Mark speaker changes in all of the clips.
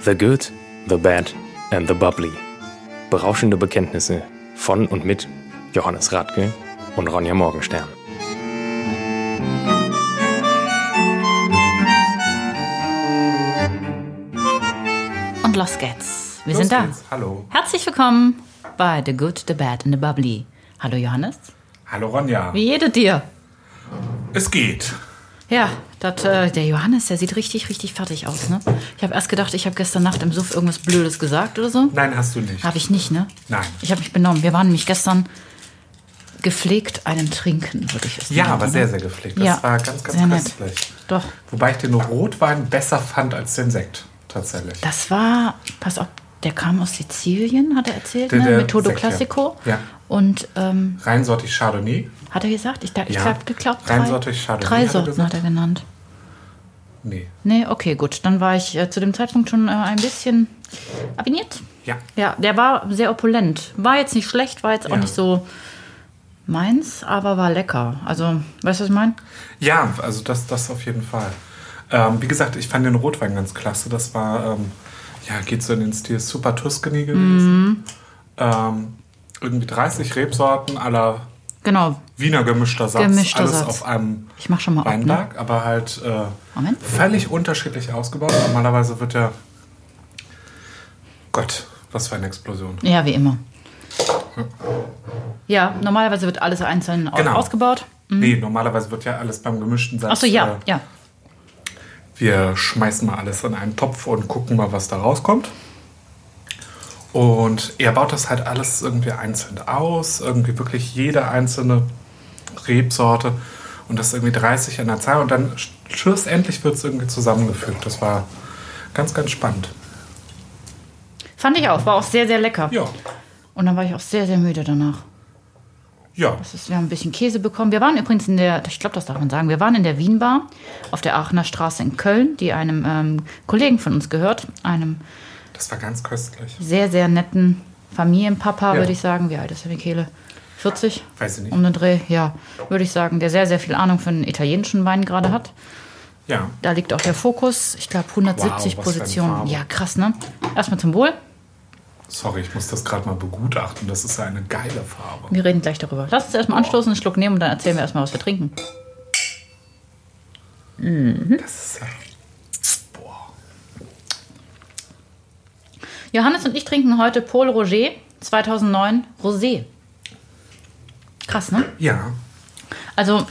Speaker 1: The Good, The Bad and The Bubbly. Berauschende Bekenntnisse von und mit Johannes Radke und Ronja Morgenstern.
Speaker 2: Und los geht's. Wir
Speaker 3: Los
Speaker 2: sind da.
Speaker 3: geht's. Hallo.
Speaker 2: Herzlich willkommen bei The Good, The Bad and The Bubbly. Hallo Johannes.
Speaker 3: Hallo Ronja.
Speaker 2: Wie jedet dir?
Speaker 3: Es geht.
Speaker 2: Ja, dat, äh, der Johannes, der sieht richtig, richtig fertig aus. Ne? Ich habe erst gedacht, ich habe gestern Nacht im Suff irgendwas Blödes gesagt oder so.
Speaker 3: Nein, hast du nicht.
Speaker 2: Habe ich nicht, ne?
Speaker 3: Nein.
Speaker 2: Ich habe mich benommen. Wir waren nämlich gestern gepflegt einem Trinken, würde ich es
Speaker 3: Ja,
Speaker 2: nennen,
Speaker 3: aber
Speaker 2: ne?
Speaker 3: sehr, sehr gepflegt. Das
Speaker 2: Ja,
Speaker 3: war ganz, ganz
Speaker 2: sehr nett.
Speaker 3: köstlich.
Speaker 2: Doch.
Speaker 3: Wobei ich den Rotwein besser fand als den Sekt, tatsächlich.
Speaker 2: Das war, pass auf, der kam aus Sizilien, hat er erzählt,
Speaker 3: Der-
Speaker 2: ne?
Speaker 3: der
Speaker 2: mit Todo
Speaker 3: Sekt, ja.
Speaker 2: Classico.
Speaker 3: Ja.
Speaker 2: Und ähm,
Speaker 3: Reinsortig Chardonnay.
Speaker 2: Hat er gesagt? Ich, da- ich
Speaker 3: Ja.
Speaker 2: habe geglaubt, drei,
Speaker 3: Reinsortig Chardonnay
Speaker 2: drei
Speaker 3: hat er
Speaker 2: Sorten hat
Speaker 3: gesagt.
Speaker 2: er genannt.
Speaker 3: Nee.
Speaker 2: Nee, okay, gut. Dann war ich äh, zu dem Zeitpunkt schon äh, ein bisschen abiniert.
Speaker 3: Ja.
Speaker 2: Ja, der war sehr opulent. War jetzt nicht schlecht, war jetzt auch
Speaker 3: Ja.
Speaker 2: nicht so meins, aber war lecker. Also, weißt du, was ich meine?
Speaker 3: Ja, also das, das auf jeden Fall. Ähm, wie gesagt, ich fand den Rotwein ganz klasse. Das war, ähm, ja, geht so in den Stil Super Tuscany gewesen.
Speaker 2: Mhm.
Speaker 3: Ähm, irgendwie 30 Rebsorten aller
Speaker 2: Genau.
Speaker 3: Wiener gemischter Satz.
Speaker 2: Gemischter
Speaker 3: alles
Speaker 2: Satz.
Speaker 3: auf einem
Speaker 2: Ich mach schon mal ab, ne?
Speaker 3: Weinberg, aber halt äh,
Speaker 2: Moment.
Speaker 3: völlig unterschiedlich ausgebaut. Normalerweise wird der. Gott, was für eine Explosion.
Speaker 2: Ja, wie immer. Ja, normalerweise wird alles einzeln au-
Speaker 3: Hm. Genau.
Speaker 2: ausgebaut.
Speaker 3: Nee, normalerweise wird ja alles beim gemischten Satz.
Speaker 2: Achso, Mhm. ja,
Speaker 3: äh,
Speaker 2: ja.
Speaker 3: Wir schmeißen mal alles in einen Topf und gucken mal, was da rauskommt. Und er baut das halt alles irgendwie einzeln aus, irgendwie wirklich jede einzelne Rebsorte und das irgendwie 30 an der Zahl und dann schlussendlich wird es irgendwie zusammengefügt. Das war ganz, ganz spannend.
Speaker 2: Fand ich auch. War auch sehr, sehr lecker.
Speaker 3: Ja,
Speaker 2: Und dann war ich auch sehr, sehr müde danach.
Speaker 3: ja,
Speaker 2: Das ist, wir haben ein bisschen Käse bekommen. Wir waren übrigens in der, ich glaube, das darf man sagen, wir waren in der Wienbar auf der Aachener Straße in Köln, die einem ähm, Kollegen von uns gehört, einem
Speaker 3: das war ganz köstlich.
Speaker 2: sehr, sehr netten Familienpapa,
Speaker 3: Ja.
Speaker 2: würde ich sagen. Wie alt ist der Michele? 40?
Speaker 3: Weiß ich nicht.
Speaker 2: Um den Dreh, ja, würde ich sagen, der sehr, sehr viel Ahnung von italienischen Wein gerade hat.
Speaker 3: Ja,
Speaker 2: Da liegt auch der Fokus. Ich glaube, 170
Speaker 3: Wow, was für eine
Speaker 2: Positionen.
Speaker 3: Farbe.
Speaker 2: Ja, krass, ne? Erstmal zum Wohl.
Speaker 3: sorry, ich muss das gerade mal begutachten. Das ist ja eine geile Farbe.
Speaker 2: Wir reden gleich darüber. Lass uns erstmal anstoßen, einen Schluck nehmen und dann erzählen wir erstmal, was wir trinken. Hm?
Speaker 3: Das ist ja, boah,
Speaker 2: Johannes und ich trinken heute Paul Roger 2009 Rosé. Krass, ne?
Speaker 3: ja.
Speaker 2: Also,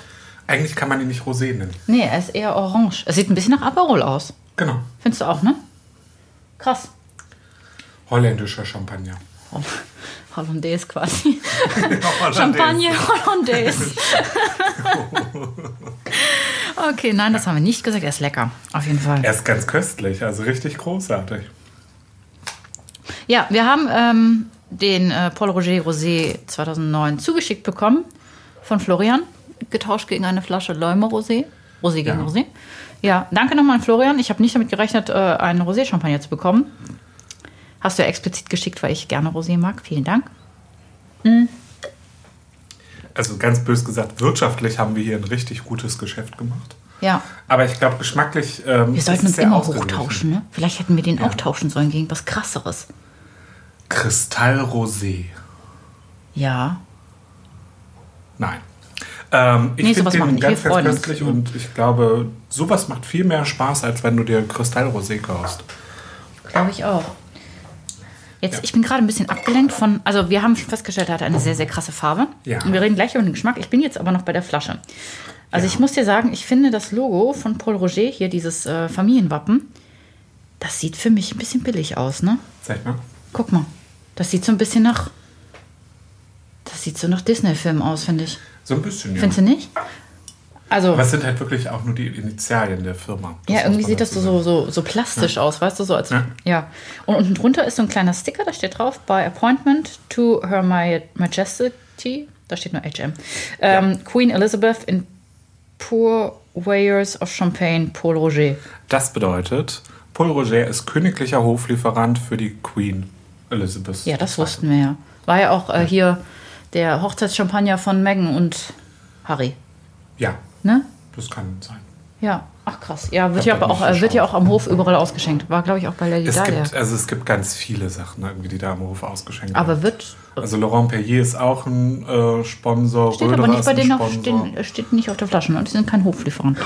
Speaker 3: Eigentlich kann man ihn nicht Rosé nennen.
Speaker 2: nee, er ist eher orange. Es sieht ein bisschen nach Aperol aus.
Speaker 3: Genau.
Speaker 2: Findest du auch, ne? Krass.
Speaker 3: Holländischer Champagner.
Speaker 2: Oh, Hollandaise quasi.
Speaker 3: Hollandaise.
Speaker 2: Champagner Hollandaise. okay, nein, das haben wir nicht gesagt. Er ist lecker, auf jeden Fall.
Speaker 3: Er ist ganz köstlich, also richtig großartig.
Speaker 2: Ja, wir haben ähm, den äh, Paul Roger Rosé 2009 zugeschickt bekommen von Florian, getauscht gegen eine Flasche Leume Rosé. Rosé gegen
Speaker 3: Ja.
Speaker 2: Rosé. Ja, danke nochmal an Florian. Ich habe nicht damit gerechnet, äh, einen Rosé-Champagner zu bekommen. Hast du ja explizit geschickt, weil ich gerne Rosé mag. Vielen Dank.
Speaker 3: Also ganz bös gesagt, wirtschaftlich haben wir hier ein richtig gutes Geschäft gemacht.
Speaker 2: Ja,
Speaker 3: Aber ich glaube, geschmacklich. Ähm,
Speaker 2: wir sollten
Speaker 3: ist
Speaker 2: uns
Speaker 3: sehr
Speaker 2: immer
Speaker 3: ausgeglichen.
Speaker 2: hochtauschen. Ne? Vielleicht hätten wir den auch tauschen sollen gegen was Krasseres.
Speaker 3: Kristallrosé.
Speaker 2: Ja,
Speaker 3: Nein. Ähm, ich
Speaker 2: Nee,
Speaker 3: finde
Speaker 2: sowas machen wir
Speaker 3: den
Speaker 2: nicht.
Speaker 3: ganz,
Speaker 2: Wir
Speaker 3: ganz
Speaker 2: freuen uns.
Speaker 3: köstlich und ich glaube, sowas macht viel mehr Spaß, als wenn du dir Kristallrosé kaufst.
Speaker 2: Glaube ich auch. Jetzt, ich bin gerade ein bisschen abgelenkt von, also wir haben schon festgestellt, er hat eine sehr, sehr krasse Farbe.
Speaker 3: Ja.
Speaker 2: Und wir reden gleich über den Geschmack. Ich bin jetzt aber noch bei der Flasche. Also ich muss dir sagen, ich finde das Logo von Paul Roger, hier dieses äh, Familienwappen, das sieht für mich ein bisschen billig aus, ne?
Speaker 3: Sag mal.
Speaker 2: Guck mal, das sieht so ein bisschen nach, das sieht so nach Disney-Film aus, finde ich.
Speaker 3: So ein bisschen, ja.
Speaker 2: Findest du nicht? Also,
Speaker 3: Aber es sind halt wirklich auch nur die Initialien der Firma.
Speaker 2: ja,
Speaker 3: muss
Speaker 2: irgendwie
Speaker 3: man
Speaker 2: sieht das
Speaker 3: dazu
Speaker 2: so, so, so, so plastisch aus, weißt du, so als. Ja.
Speaker 3: Ja.
Speaker 2: Und unten drunter ist so ein kleiner Sticker, da steht drauf: By appointment to Her Maj- Majesty, da steht nur HM, ähm, Queen Elizabeth in Poor Wayers of Champagne, Paul Roger.
Speaker 3: sagen. Das bedeutet, Paul Roger ist königlicher Hoflieferant für die Queen Elizabeth.
Speaker 2: Ja, das wussten wir ja. War ja auch äh, hier der Hochzeitschampagner von Meghan und Harry,
Speaker 3: Ja,
Speaker 2: ne?
Speaker 3: das kann sein.
Speaker 2: Ja, ach krass. Ja, wird ja,
Speaker 3: Hab
Speaker 2: aber auch,
Speaker 3: nicht
Speaker 2: äh, wird ja
Speaker 3: geschaut.
Speaker 2: auch am Hof überall ausgeschenkt. War, glaube ich, auch bei Lady
Speaker 3: Es
Speaker 2: Dahlia.
Speaker 3: gibt, also es gibt ganz viele Sachen, irgendwie, die da am Hof ausgeschenkt
Speaker 2: Aber
Speaker 3: werden.
Speaker 2: wird.
Speaker 3: Also Laurent Perrier ist auch ein äh, Sponsor.
Speaker 2: Steht
Speaker 3: Röderer
Speaker 2: aber nicht
Speaker 3: ist
Speaker 2: bei
Speaker 3: ein
Speaker 2: denen auf,
Speaker 3: Sponsor.
Speaker 2: stehen, äh, steht nicht auf der Flasche und die sind kein Hoflieferant.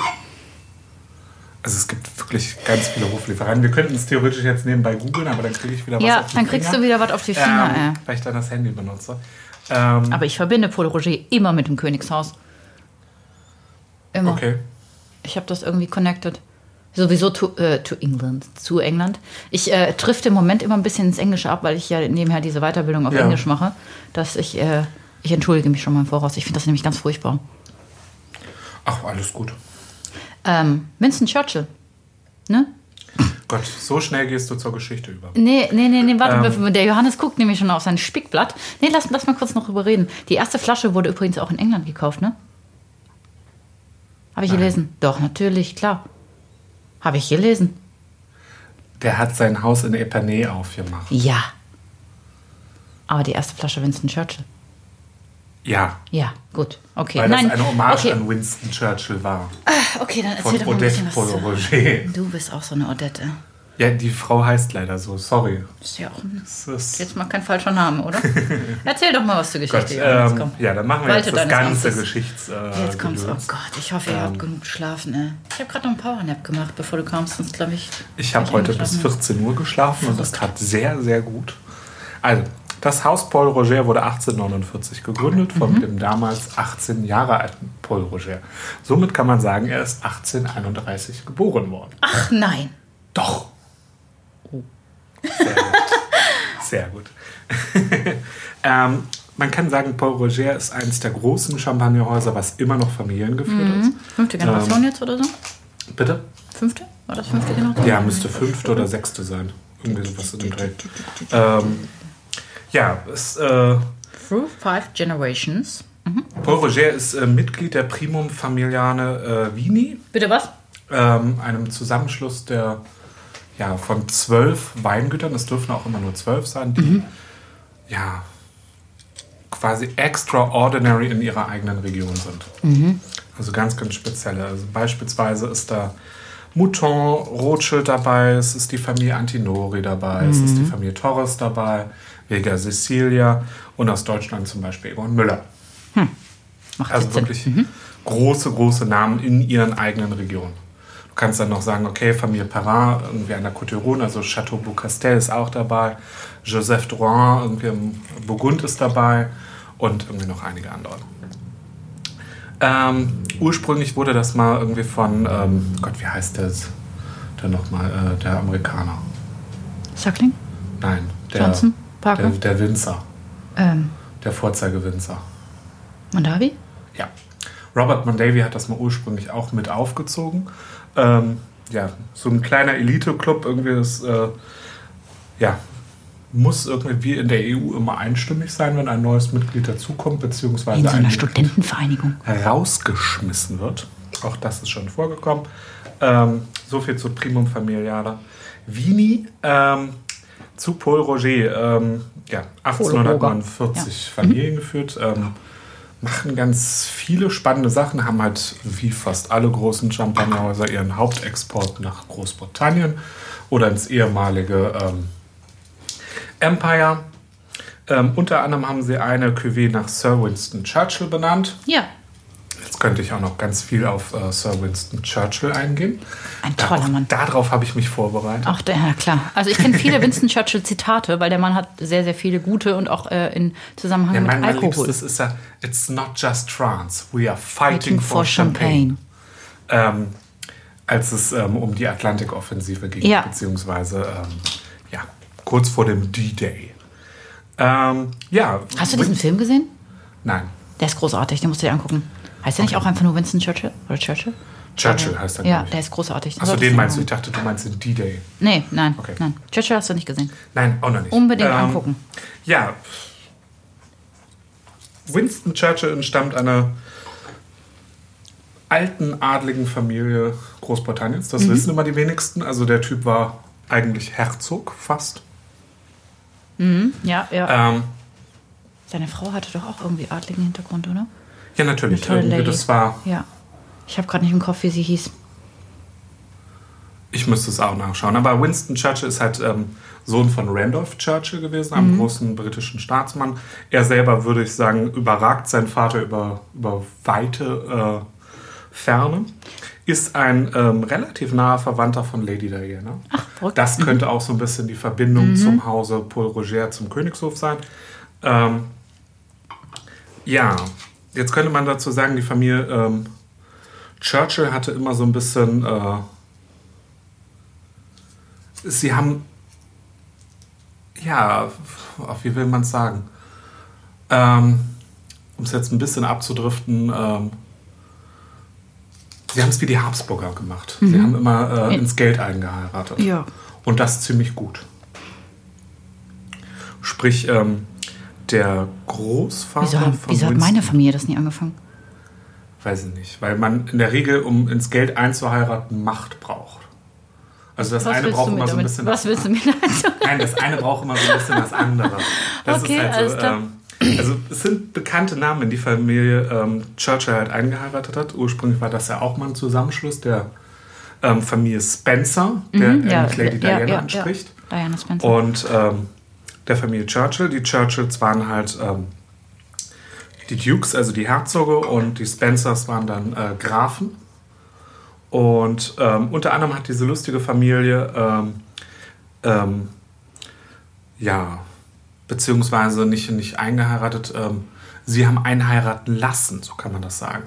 Speaker 3: Also es gibt wirklich ganz viele Hoflieferanten. Wir könnten es theoretisch jetzt nebenbei googeln, aber dann kriege ich wieder was
Speaker 2: Ja,
Speaker 3: auf die
Speaker 2: dann kriegst
Speaker 3: Finger.
Speaker 2: du wieder was auf die Finger, äh.
Speaker 3: ähm,
Speaker 2: ey.
Speaker 3: Weil ich dann das Handy benutze. Ähm,
Speaker 2: Aber ich verbinde Paul Roger immer mit dem Königshaus. Immer.
Speaker 3: okay.
Speaker 2: Ich habe das irgendwie connected. Sowieso to, äh, to England, zu England. Ich äh, trifft im Moment immer ein bisschen ins Englische ab, weil ich ja nebenher diese Weiterbildung auf
Speaker 3: Ja.
Speaker 2: Englisch mache, dass ich, äh, ich entschuldige mich schon mal im Voraus. Ich finde das nämlich ganz furchtbar.
Speaker 3: Ach, alles gut.
Speaker 2: Ähm, Winston Churchill. Ne?
Speaker 3: Gott, so schnell gehst du zur Geschichte über.
Speaker 2: Nee, nee, nee, nee, warte,
Speaker 3: Ähm.
Speaker 2: der Johannes guckt nämlich schon auf sein Spickblatt. Nee, lass, lass mal kurz noch drüber reden. Die erste Flasche wurde übrigens auch in England gekauft, ne? Habe ich gelesen? Doch, natürlich, klar. Habe ich gelesen.
Speaker 3: Der hat sein Haus in Epernay aufgemacht.
Speaker 2: Ja. Aber die erste Flasche Winston Churchill.
Speaker 3: Ja,
Speaker 2: Ja, gut. Okay.
Speaker 3: weil
Speaker 2: Nein.
Speaker 3: das eine Hommage
Speaker 2: okay.
Speaker 3: an Winston Churchill war.
Speaker 2: okay, dann erzähl
Speaker 3: Von
Speaker 2: doch mal ein
Speaker 3: Odette
Speaker 2: bisschen was.
Speaker 3: Paul
Speaker 2: zu-
Speaker 3: Roger.
Speaker 2: Du bist auch so eine Odette.
Speaker 3: Ja, die Frau heißt leider so, sorry.
Speaker 2: Ist ja auch ein,
Speaker 3: Das ist
Speaker 2: jetzt mal kein falscher Name, oder? erzähl doch mal was zur
Speaker 3: Gott,
Speaker 2: Geschichte, Johannes.
Speaker 3: ähm,
Speaker 2: komm.
Speaker 3: ja, dann machen wir
Speaker 2: Walte
Speaker 3: jetzt das
Speaker 2: deines
Speaker 3: ganze
Speaker 2: Amtes.
Speaker 3: Geschichts. Äh, Ähm,
Speaker 2: Jetzt kommt's. Oh
Speaker 3: Gedöns.
Speaker 2: Gott, ich hoffe, ihr habt genug geschlafen, ey. Ich habe gerade noch einen Powernap gemacht, bevor du kamst, sonst glaube ich.
Speaker 3: Ich habe
Speaker 2: hab
Speaker 3: heute bis
Speaker 2: eingeschlafen.
Speaker 3: 14 Uhr geschlafen und das tat sehr, sehr gut. Also, das Haus Paul Roger wurde 1849 gegründet
Speaker 2: Mhm.
Speaker 3: von dem damals 18 Jahre alten Paul Roger. Somit kann man sagen, er ist 1831 geboren worden.
Speaker 2: Ach nein.
Speaker 3: Doch. Sehr gut. Oh. Sehr gut. ähm, man kann sagen, Paul Roger ist eines der großen Champagnerhäuser, was immer noch familiengeführt
Speaker 2: Fünfte Generation
Speaker 3: Ähm.
Speaker 2: jetzt oder so?
Speaker 3: ist. Bitte?
Speaker 2: Fünfte? War das fünfte Generation?
Speaker 3: Ja, müsste fünfte oder sechste sein. Irgendwie sowas in dem Dreh. Ähm, ja, es, äh,
Speaker 2: Through five generations.
Speaker 3: Paul Roger ist äh, Mitglied der Primum Familiane äh, Vini,
Speaker 2: Bitte was?
Speaker 3: ähm, einem Zusammenschluss der ja, von zwölf Weingütern. Es dürfen auch immer nur zwölf sein, die ja quasi extraordinary in ihrer eigenen Region sind. Also ganz, ganz spezielle. Also beispielsweise ist da Mouton Rothschild dabei, es ist die Familie Antinori dabei, es ist die Familie Torres dabei, Vega Sicilia und aus Deutschland zum Beispiel Egon Müller.
Speaker 2: Macht
Speaker 3: Also
Speaker 2: jetzt Sinn.
Speaker 3: wirklich große, große Namen in ihren eigenen Regionen. Du kannst dann noch sagen, okay, Familie Perrin, irgendwie an der Côte d'Iron, also Chateau Beaucastel ist auch dabei, Joseph Drouin, irgendwie im Burgund ist dabei und irgendwie noch einige andere. Ähm, ursprünglich wurde das mal irgendwie von, ähm, Gott, wie heißt das? Dann nochmal, äh, der Amerikaner.
Speaker 2: Suckling?
Speaker 3: Nein, der,
Speaker 2: Johnson?
Speaker 3: der,
Speaker 2: Parker?
Speaker 3: der Winzer,
Speaker 2: Ähm,
Speaker 3: der Vorzeigewinzer. Also
Speaker 2: Mandavi?
Speaker 3: Ja. Robert Mondavi hat das mal ursprünglich auch mit aufgezogen. Ähm, ja, so ein kleiner Elite-Club, irgendwie ist, äh, ja, muss irgendwie wie in der EU immer einstimmig sein, wenn ein neues Mitglied dazukommt,
Speaker 2: In
Speaker 3: beziehungsweise
Speaker 2: so
Speaker 3: ein
Speaker 2: einer
Speaker 3: Mitglied
Speaker 2: Studentenvereinigung.
Speaker 3: rausgeschmissen wird. Auch das ist schon vorgekommen. Ähm, so viel zu Primum Familiare. Vini ähm, zu Paul Roger, ähm, ja, 1849 Familien geführt. Ähm, machen ganz viele spannende Sachen, haben halt wie fast alle großen Champagnerhäuser ihren Hauptexport nach Großbritannien oder ins ehemalige ähm, Empire. Ähm, unter anderem haben sie eine Cuvée nach Sir Winston Churchill benannt.
Speaker 2: Ja.
Speaker 3: Jetzt könnte ich auch noch ganz viel auf äh, Sir Winston Churchill eingehen.
Speaker 2: Ein toller
Speaker 3: Darauf-
Speaker 2: Mann. Oh,
Speaker 3: Darauf habe ich mich vorbereitet.
Speaker 2: Ach, der, ja, klar. Also ich kenne viele Winston Churchill-Zitate, weil der Mann hat sehr, sehr viele gute und auch äh, in Zusammenhang
Speaker 3: Ja,
Speaker 2: mit
Speaker 3: mein, mein
Speaker 2: Alkohol.
Speaker 3: Liebstes ist ja, it's not just France, we are fighting,
Speaker 2: Fighting
Speaker 3: for
Speaker 2: for
Speaker 3: Champagne.
Speaker 2: Champagne.
Speaker 3: Ähm, als es ähm, um die Atlantikoffensive ging,
Speaker 2: Ja.
Speaker 3: beziehungsweise ähm, ja, kurz vor dem D-Day. Ähm, ja.
Speaker 2: Hast du diesen Film gesehen?
Speaker 3: Nein,
Speaker 2: Der ist großartig, den musst du dir angucken. Heißt der nicht auch einfach nur Winston Churchill? Oder Churchill?
Speaker 3: Churchill heißt er,
Speaker 2: Ja,
Speaker 3: glaub
Speaker 2: der ist großartig.
Speaker 3: Achso,
Speaker 2: Solltest
Speaker 3: den meinst du? Ich
Speaker 2: angucken.
Speaker 3: dachte, du meinst den D-Day.
Speaker 2: Nee, nein,
Speaker 3: Okay. Ähm,
Speaker 2: nein. Churchill hast du nicht gesehen.
Speaker 3: Nein, auch noch nicht.
Speaker 2: Unbedingt angucken.
Speaker 3: Ja. Winston Churchill entstammt einer alten adligen Familie Großbritanniens.
Speaker 2: Mhm.
Speaker 3: Das wissen immer die wenigsten. Also der Typ war eigentlich Herzog fast.
Speaker 2: Ja, ja.
Speaker 3: Ähm,
Speaker 2: Seine Frau hatte doch auch irgendwie adligen Hintergrund, oder?
Speaker 3: ja, natürlich.
Speaker 2: Tolle
Speaker 3: Irgendwie,
Speaker 2: Lady.
Speaker 3: das war Ah,
Speaker 2: Ja. Ich habe gerade nicht im Kopf, wie sie hieß.
Speaker 3: Ich müsste es auch nachschauen. Aber Winston Churchill ist halt ähm, Sohn von Randolph Churchill gewesen, einem großen britischen Staatsmann. Er selber, würde ich sagen, überragt seinen Vater über, über weite äh, Ferne. Ist ein ähm, relativ naher Verwandter von Lady Diana. Ach,
Speaker 2: verrückt.
Speaker 3: das könnte auch so ein bisschen die Verbindung zum Hause Paul Roger zum Königshof sein. Ähm, ja, jetzt könnte man dazu sagen, die Familie ähm, Churchill hatte immer so ein bisschen. Äh, sie haben. Ja, auf wie will man es sagen? Ähm, um es jetzt ein bisschen abzudriften, ähm, sie haben es wie die Habsburger gemacht. Sie haben immer äh, ins Geld eingeheiratet.
Speaker 2: Mhm. Ja.
Speaker 3: Und das ziemlich gut. Sprich, ähm, der Großvater
Speaker 2: Wieso, haben,
Speaker 3: von
Speaker 2: wieso hat
Speaker 3: Winston-
Speaker 2: meine Familie das nie angefangen?
Speaker 3: Weiß ich nicht, weil man in der Regel, um ins Geld einzuheiraten, Macht braucht. Also das eine braucht immer so ein bisschen
Speaker 2: was willst du mir dazu?
Speaker 3: Nein, das eine braucht immer so ein bisschen das andere. Das
Speaker 2: Okay,
Speaker 3: ist halt
Speaker 2: alles
Speaker 3: so,
Speaker 2: klar.
Speaker 3: Ähm, also es sind bekannte Namen, in die Familie ähm, Churchill halt eingeheiratet hat. Ursprünglich war das ja auch mal ein Zusammenschluss der ähm, Familie Spencer, der
Speaker 2: Mhm, ja,
Speaker 3: eigentlich Lady
Speaker 2: ja, ja,
Speaker 3: Diana
Speaker 2: ja.
Speaker 3: entspricht.
Speaker 2: Diana Spencer.
Speaker 3: Und ähm, der Familie Churchill. Die Churchills waren halt ähm, die Dukes, also die Herzoge, und die Spencers waren dann äh, Grafen. Und ähm, unter anderem hat diese lustige Familie, ähm, ähm, ja, beziehungsweise nicht, nicht eingeheiratet, ähm, sie haben einheiraten lassen, so kann man das sagen.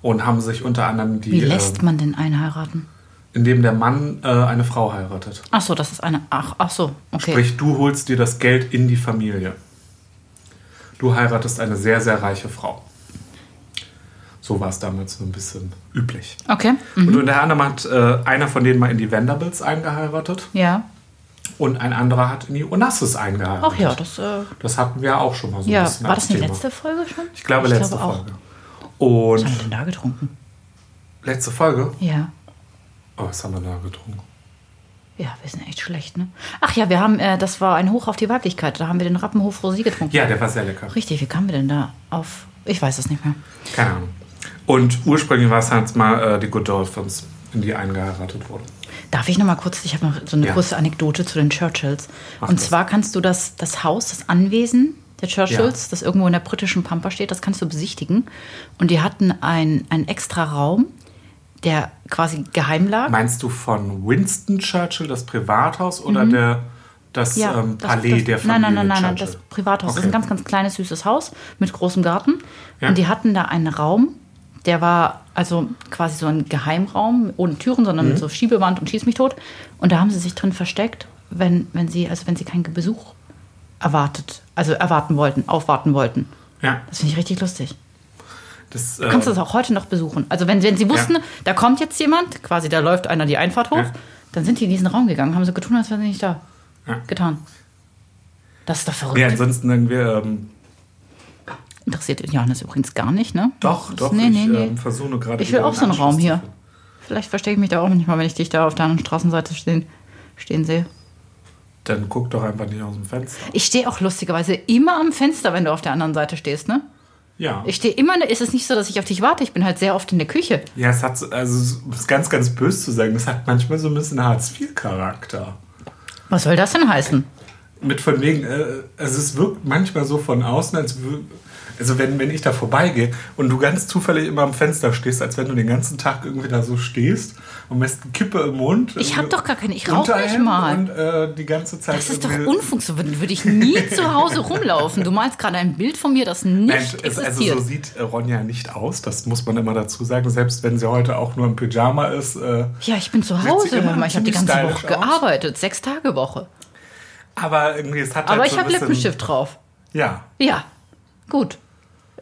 Speaker 3: Und haben sich unter anderem die,
Speaker 2: Wie lässt
Speaker 3: ähm,
Speaker 2: man denn einen heiraten?
Speaker 3: indem der Mann äh, eine Frau heiratet.
Speaker 2: Ach so, das ist eine. Ach, ach so, okay.
Speaker 3: Sprich, du holst dir das Geld in die Familie. Du heiratest eine sehr, sehr reiche Frau. So war es damals so ein bisschen üblich.
Speaker 2: Okay. Mhm.
Speaker 3: Und unter anderem hat äh, einer von denen mal in die Vanderbilts eingeheiratet
Speaker 2: Ja.
Speaker 3: und ein anderer hat in die Onassis eingeheiratet.
Speaker 2: Ach ja, das. Äh,
Speaker 3: Das hatten wir auch schon mal so ein
Speaker 2: ja,
Speaker 3: bisschen
Speaker 2: war
Speaker 3: als
Speaker 2: das die
Speaker 3: Thema.
Speaker 2: letzte Folge schon?
Speaker 3: Ich glaube, letzte Folge. Und
Speaker 2: Was haben wir denn da getrunken?
Speaker 3: letzte Folge?
Speaker 2: Ja.
Speaker 3: Oh, was haben wir da getrunken?
Speaker 2: Ja, wir sind echt schlecht, ne? Ach ja, wir haben, äh, das war ein Hoch auf die Weiblichkeit. Da haben wir den Rappenhof Rosé getrunken.
Speaker 3: Ja, der war sehr lecker.
Speaker 2: Richtig, wie kamen wir denn da auf? Ich weiß es nicht mehr.
Speaker 3: Keine Ahnung. Und ursprünglich war es halt mal äh, die Good Dolphins, in die eingeheiratet wurden.
Speaker 2: Darf ich noch mal kurz, ich habe noch so eine
Speaker 3: Ja.
Speaker 2: kurze Anekdote zu den Churchills.
Speaker 3: Mach
Speaker 2: Und
Speaker 3: das.
Speaker 2: zwar kannst du das, das Haus, das Anwesen der Churchills, das irgendwo in der britischen Pampa steht, das kannst du besichtigen. Und die hatten ein- einen extra Raum, der quasi geheim lag.
Speaker 3: Meinst du von Winston Churchill das Privathaus oder der, das ähm,
Speaker 2: Mhm. das-
Speaker 3: Palais
Speaker 2: das,
Speaker 3: der Familie
Speaker 2: Nein, nein, nein, nein,
Speaker 3: Churchill?
Speaker 2: das Privathaus. Das ist
Speaker 3: Okay.
Speaker 2: ein ganz, ganz kleines, süßes Haus mit großem Garten.
Speaker 3: Ja.
Speaker 2: Und die hatten da einen Raum, der war also quasi so ein Geheimraum, ohne Türen, sondern
Speaker 3: Mhm.
Speaker 2: mit so Schiebewand und schieß mich tot. Und da haben sie sich drin versteckt, wenn, wenn sie, also wenn sie keinen Besuch erwartet, also erwarten wollten, aufwarten wollten.
Speaker 3: Ja,
Speaker 2: Das finde ich richtig lustig.
Speaker 3: das,
Speaker 2: Du kannst
Speaker 3: äh,
Speaker 2: das auch heute noch besuchen. Also wenn, wenn sie wussten,
Speaker 3: Ja.
Speaker 2: da kommt jetzt jemand, quasi da läuft einer die Einfahrt hoch,
Speaker 3: Ja.
Speaker 2: dann sind die in diesen Raum gegangen, haben so getan, als wären sie nicht da.
Speaker 3: Ja.
Speaker 2: Getan. Das ist doch verrückt.
Speaker 3: ja, also- ansonsten irgendwie, ähm,
Speaker 2: Interessiert Johannes übrigens gar nicht, ne?
Speaker 3: doch,
Speaker 2: Das-
Speaker 3: doch,
Speaker 2: Nee,
Speaker 3: ich
Speaker 2: nee, nee.
Speaker 3: Ähm, versuche gerade
Speaker 2: ich will
Speaker 3: wieder
Speaker 2: auch so einen
Speaker 3: Anschluss
Speaker 2: Raum
Speaker 3: zu
Speaker 2: hier.
Speaker 3: finden.
Speaker 2: Vielleicht verstecke ich mich da auch manchmal, wenn ich dich da auf der anderen Straßenseite stehen, stehen sehe.
Speaker 3: Dann guck doch einfach nicht aus dem Fenster.
Speaker 2: Ich stehe auch lustigerweise immer am Fenster, wenn du auf der anderen Seite stehst, ne?
Speaker 3: Ja,
Speaker 2: Ich stehe immer, ne, ist es ist nicht so, dass ich auf dich warte, ich bin halt sehr oft in der Küche.
Speaker 3: ja es hat, so- also um es ist ganz, ganz böse zu sagen, es hat manchmal so ein bisschen Hartz-IV-Charakter.
Speaker 2: Was soll das denn heißen?
Speaker 3: Mit von wegen, äh, also es wirkt manchmal so von außen, als wür- also wenn, wenn ich da vorbeigehe und du ganz zufällig immer am Fenster stehst, als wenn du den ganzen Tag irgendwie da so stehst und hast eine Kippe im Mund.
Speaker 2: Ich hab doch gar keine, ich
Speaker 3: äh,
Speaker 2: rauch nicht
Speaker 3: Unterhemd
Speaker 2: mal.
Speaker 3: Und äh, die ganze Zeit.
Speaker 2: Das ist doch
Speaker 3: irgendwie-
Speaker 2: unfunktionswürdig. Würde ich nie zu Hause rumlaufen. Du malst gerade ein Bild von mir, das nicht
Speaker 3: Nein, es, also
Speaker 2: existiert.
Speaker 3: so sieht äh, Ronja nicht aus, das muss man immer dazu sagen. Selbst wenn sie heute auch nur im Pyjama ist. Äh,
Speaker 2: ja, ich bin zu
Speaker 3: sieht sie
Speaker 2: Hause.
Speaker 3: immer
Speaker 2: Hör mal, ich habe die
Speaker 3: ziemlich
Speaker 2: ganze Woche
Speaker 3: stylisch aus.
Speaker 2: gearbeitet. Sechs Tage Woche.
Speaker 3: Aber irgendwie, es hat
Speaker 2: Aber
Speaker 3: halt
Speaker 2: ich
Speaker 3: so ein
Speaker 2: habe
Speaker 3: bisschen-
Speaker 2: Lippenstift drauf.
Speaker 3: Ja.
Speaker 2: Ja, gut.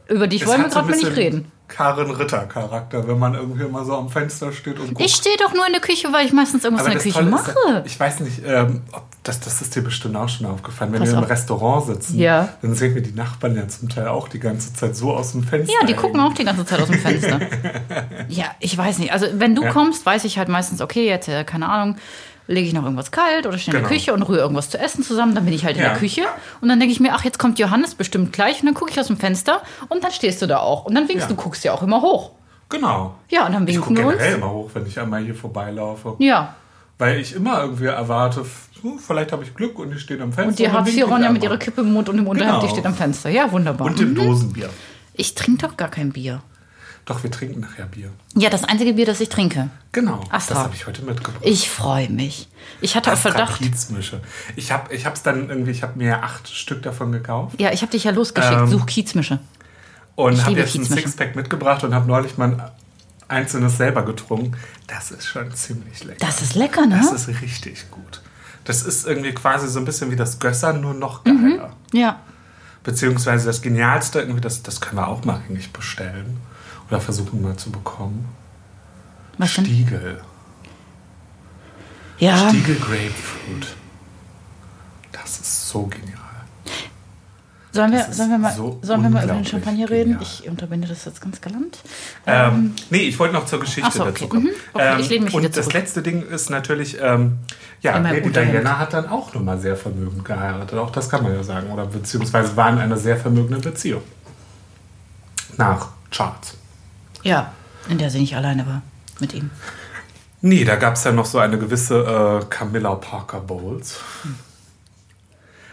Speaker 2: Über dich
Speaker 3: Es
Speaker 2: wollen wir
Speaker 3: hat so ein
Speaker 2: gerade mal nicht
Speaker 3: bisschen
Speaker 2: reden.
Speaker 3: Karen Ritter-Charakter, wenn man irgendwie immer so am Fenster steht und guckt.
Speaker 2: Ich stehe doch nur in der Küche, weil ich meistens irgendwas in der
Speaker 3: das
Speaker 2: Küche
Speaker 3: Tolle
Speaker 2: mache.
Speaker 3: ist, ich weiß nicht, ähm, ob das, das ist dir bestimmt auch schon aufgefallen. Wenn
Speaker 2: Pass
Speaker 3: wir im
Speaker 2: auf.
Speaker 3: Restaurant sitzen,
Speaker 2: Ja.
Speaker 3: dann sehen wir die Nachbarn ja zum Teil auch die ganze Zeit so aus dem Fenster.
Speaker 2: ja, die
Speaker 3: hängen.
Speaker 2: gucken auch die ganze Zeit aus dem Fenster. ja, ich weiß nicht. Also, wenn du
Speaker 3: Ja.
Speaker 2: kommst, weiß ich halt meistens, okay, jetzt, äh, keine Ahnung, lege ich noch irgendwas kalt oder stehe in der
Speaker 3: Genau.
Speaker 2: Küche und rühre irgendwas zu essen zusammen. Dann bin ich halt in
Speaker 3: Ja.
Speaker 2: der Küche und dann denke ich mir, ach, jetzt kommt Johannes bestimmt gleich und dann gucke ich aus dem Fenster und dann stehst du da auch. Und dann winkst
Speaker 3: Ja.
Speaker 2: du, guckst ja auch immer hoch.
Speaker 3: Genau.
Speaker 2: Ja, und dann
Speaker 3: Ich
Speaker 2: winken
Speaker 3: gucke
Speaker 2: wir uns.
Speaker 3: generell immer hoch, wenn ich einmal hier vorbeilaufe.
Speaker 2: Ja.
Speaker 3: Weil ich immer irgendwie erwarte, f- hm, vielleicht habe ich Glück und die stehen am Fenster.
Speaker 2: Und die
Speaker 3: dann winken die
Speaker 2: Hartz-IV-Ronja mit
Speaker 3: einmal.
Speaker 2: ihrer Kippe im Mund und im Unterhemd, die
Speaker 3: Genau.
Speaker 2: steht am Fenster. Ja, wunderbar. Mhm.
Speaker 3: Und dem Dosenbier.
Speaker 2: Ich trinke doch gar kein Bier.
Speaker 3: Doch, wir trinken nachher Bier.
Speaker 2: Ja, das einzige Bier, das ich trinke.
Speaker 3: Genau,
Speaker 2: Astra.
Speaker 3: das habe ich heute mitgebracht.
Speaker 2: Ich freue mich. Ich hatte auf Verdacht.
Speaker 3: Kiezmische. Ich habe ich hab's dann irgendwie, ich habe mir ja acht Stück davon gekauft
Speaker 2: Ja, ich habe dich ja losgeschickt.
Speaker 3: Ähm,
Speaker 2: Such Kiezmische. Ich
Speaker 3: und habe
Speaker 2: liebe
Speaker 3: jetzt ein
Speaker 2: Kiezmische.
Speaker 3: Sixpack mitgebracht und habe neulich mal ein einzelnes selber getrunken. Das ist schon ziemlich lecker.
Speaker 2: Das ist lecker, ne?
Speaker 3: Das ist richtig gut. Das ist irgendwie quasi so ein bisschen wie das Gössern, nur noch
Speaker 2: Mhm.
Speaker 3: geiler.
Speaker 2: ja.
Speaker 3: Beziehungsweise das Genialste, irgendwie, das, das können wir auch mal eigentlich bestellen. Oder versuchen mal zu bekommen.
Speaker 2: Was denn? Ah.
Speaker 3: Stiegel.
Speaker 2: Ja.
Speaker 3: Stiegel Grapefruit. Das ist so genial.
Speaker 2: Sollen wir,
Speaker 3: Das ist
Speaker 2: sollen wir mal,
Speaker 3: so
Speaker 2: sollen wir mal über den
Speaker 3: unglaublich
Speaker 2: Champagner reden?
Speaker 3: genial.
Speaker 2: Ich unterbinde das jetzt ganz galant.
Speaker 3: Ähm, nee, ich wollte noch zur Geschichte
Speaker 2: Ach so, okay.
Speaker 3: dazu kommen.
Speaker 2: Mhm. Okay,
Speaker 3: ähm,
Speaker 2: ich lehne mich
Speaker 3: und
Speaker 2: wieder
Speaker 3: das
Speaker 2: zurück.
Speaker 3: letzte Ding ist natürlich, ähm, ja,
Speaker 2: In meinem
Speaker 3: Lady
Speaker 2: Unterhemd.
Speaker 3: Diana hat dann auch nochmal sehr vermögend geheiratet. Auch das kann man ja sagen. Oder beziehungsweise war in einer sehr vermögenden Beziehung. Nach Charles.
Speaker 2: Ja, in der sie nicht alleine war mit ihm.
Speaker 3: Nee, da gab es ja noch so eine gewisse äh, Camilla Parker Bowles.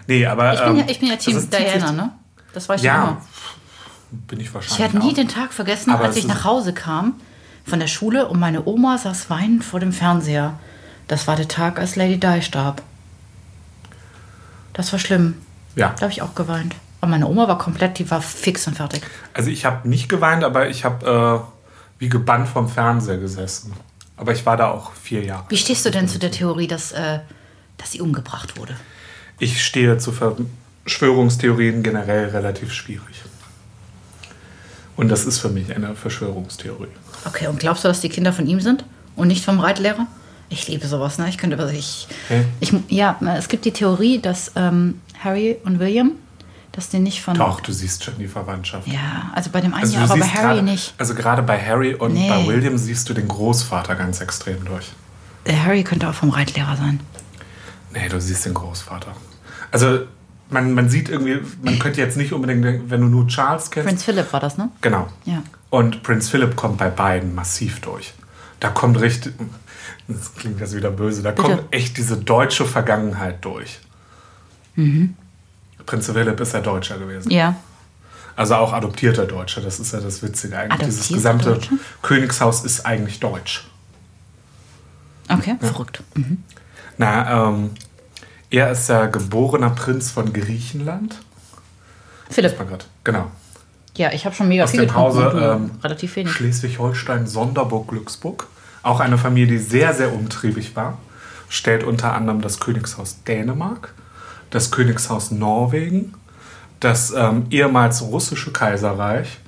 Speaker 3: Nee, aber.
Speaker 2: Ich bin, ja,
Speaker 3: ähm,
Speaker 2: ich bin ja
Speaker 3: das
Speaker 2: Team
Speaker 3: ist ziemlich-
Speaker 2: Diana, ne? Das war ich schon
Speaker 3: Ja,
Speaker 2: immer.
Speaker 3: bin ich wahrscheinlich.
Speaker 2: Ich werde nie
Speaker 3: auch.
Speaker 2: den Tag vergessen,
Speaker 3: Aber
Speaker 2: als
Speaker 3: es
Speaker 2: ich
Speaker 3: ist-
Speaker 2: nach Hause kam von der Schule und meine Oma saß weinend vor dem Fernseher. Das war der Tag, als Lady Di starb. Das war schlimm.
Speaker 3: Ja.
Speaker 2: Da habe ich auch geweint. Aber meine Oma war komplett, die war fix und fertig.
Speaker 3: Also ich habe nicht geweint, aber ich habe äh, wie gebannt vom Fernseher gesessen. Aber ich war da auch vier Jahre.
Speaker 2: Wie stehst du denn zu der Theorie, dass, äh, dass sie umgebracht wurde?
Speaker 3: Ich stehe zu Verschwörungstheorien generell relativ schwierig. Und das ist für mich eine Verschwörungstheorie.
Speaker 2: Okay, und glaubst du, dass die Kinder von ihm sind und nicht vom Reitlehrer? Ich liebe sowas, ne? Ich könnte über ich,
Speaker 3: Okay.
Speaker 2: ich ja, es gibt die Theorie, dass ähm, Harry und William, dass die nicht von
Speaker 3: Doch, du siehst schon die Verwandtschaft.
Speaker 2: ja, also bei dem einen
Speaker 3: Also
Speaker 2: ja,
Speaker 3: du
Speaker 2: aber bei
Speaker 3: siehst
Speaker 2: Harry
Speaker 3: gerade-
Speaker 2: nicht.
Speaker 3: Also gerade bei Harry und
Speaker 2: Nee.
Speaker 3: bei William siehst du den Großvater ganz extrem durch.
Speaker 2: Der Harry könnte auch vom Reitlehrer sein.
Speaker 3: Nee, du siehst den Großvater. Also man, man sieht irgendwie, man könnte jetzt nicht unbedingt, denken, wenn du nur Charles kennst,
Speaker 2: Prinz Philip war das, ne?
Speaker 3: Genau.
Speaker 2: Ja.
Speaker 3: Und Prinz Philipp kommt bei beiden massiv durch. Da kommt richtig, das klingt jetzt wieder böse, da kommt echt diese deutsche Vergangenheit durch. Prinz Philipp ist ja Deutscher gewesen.
Speaker 2: Mhm. Ja.
Speaker 3: Also auch adoptierter Deutscher, das ist ja das Witzige eigentlich. Dieses
Speaker 2: Adoptierter
Speaker 3: gesamte
Speaker 2: Deutscher?
Speaker 3: Königshaus ist eigentlich deutsch.
Speaker 2: Okay, verrückt. Mhm.
Speaker 3: Na, ähm, er ist ja geborener Prinz von Griechenland.
Speaker 2: Philipp.
Speaker 3: Mal grad. Genau.
Speaker 2: Ja, ich habe schon mega
Speaker 3: Aus
Speaker 2: viel
Speaker 3: dem
Speaker 2: getrunken
Speaker 3: Hause,
Speaker 2: und du
Speaker 3: ähm,
Speaker 2: relativ wenig.
Speaker 3: Schleswig-Holstein, Sonderburg, Glücksburg. Auch eine Familie, die sehr, sehr umtriebig war. Stellt unter anderem das Königshaus Dänemark, das Königshaus Norwegen, das ähm, ehemals russische Kaiserreich,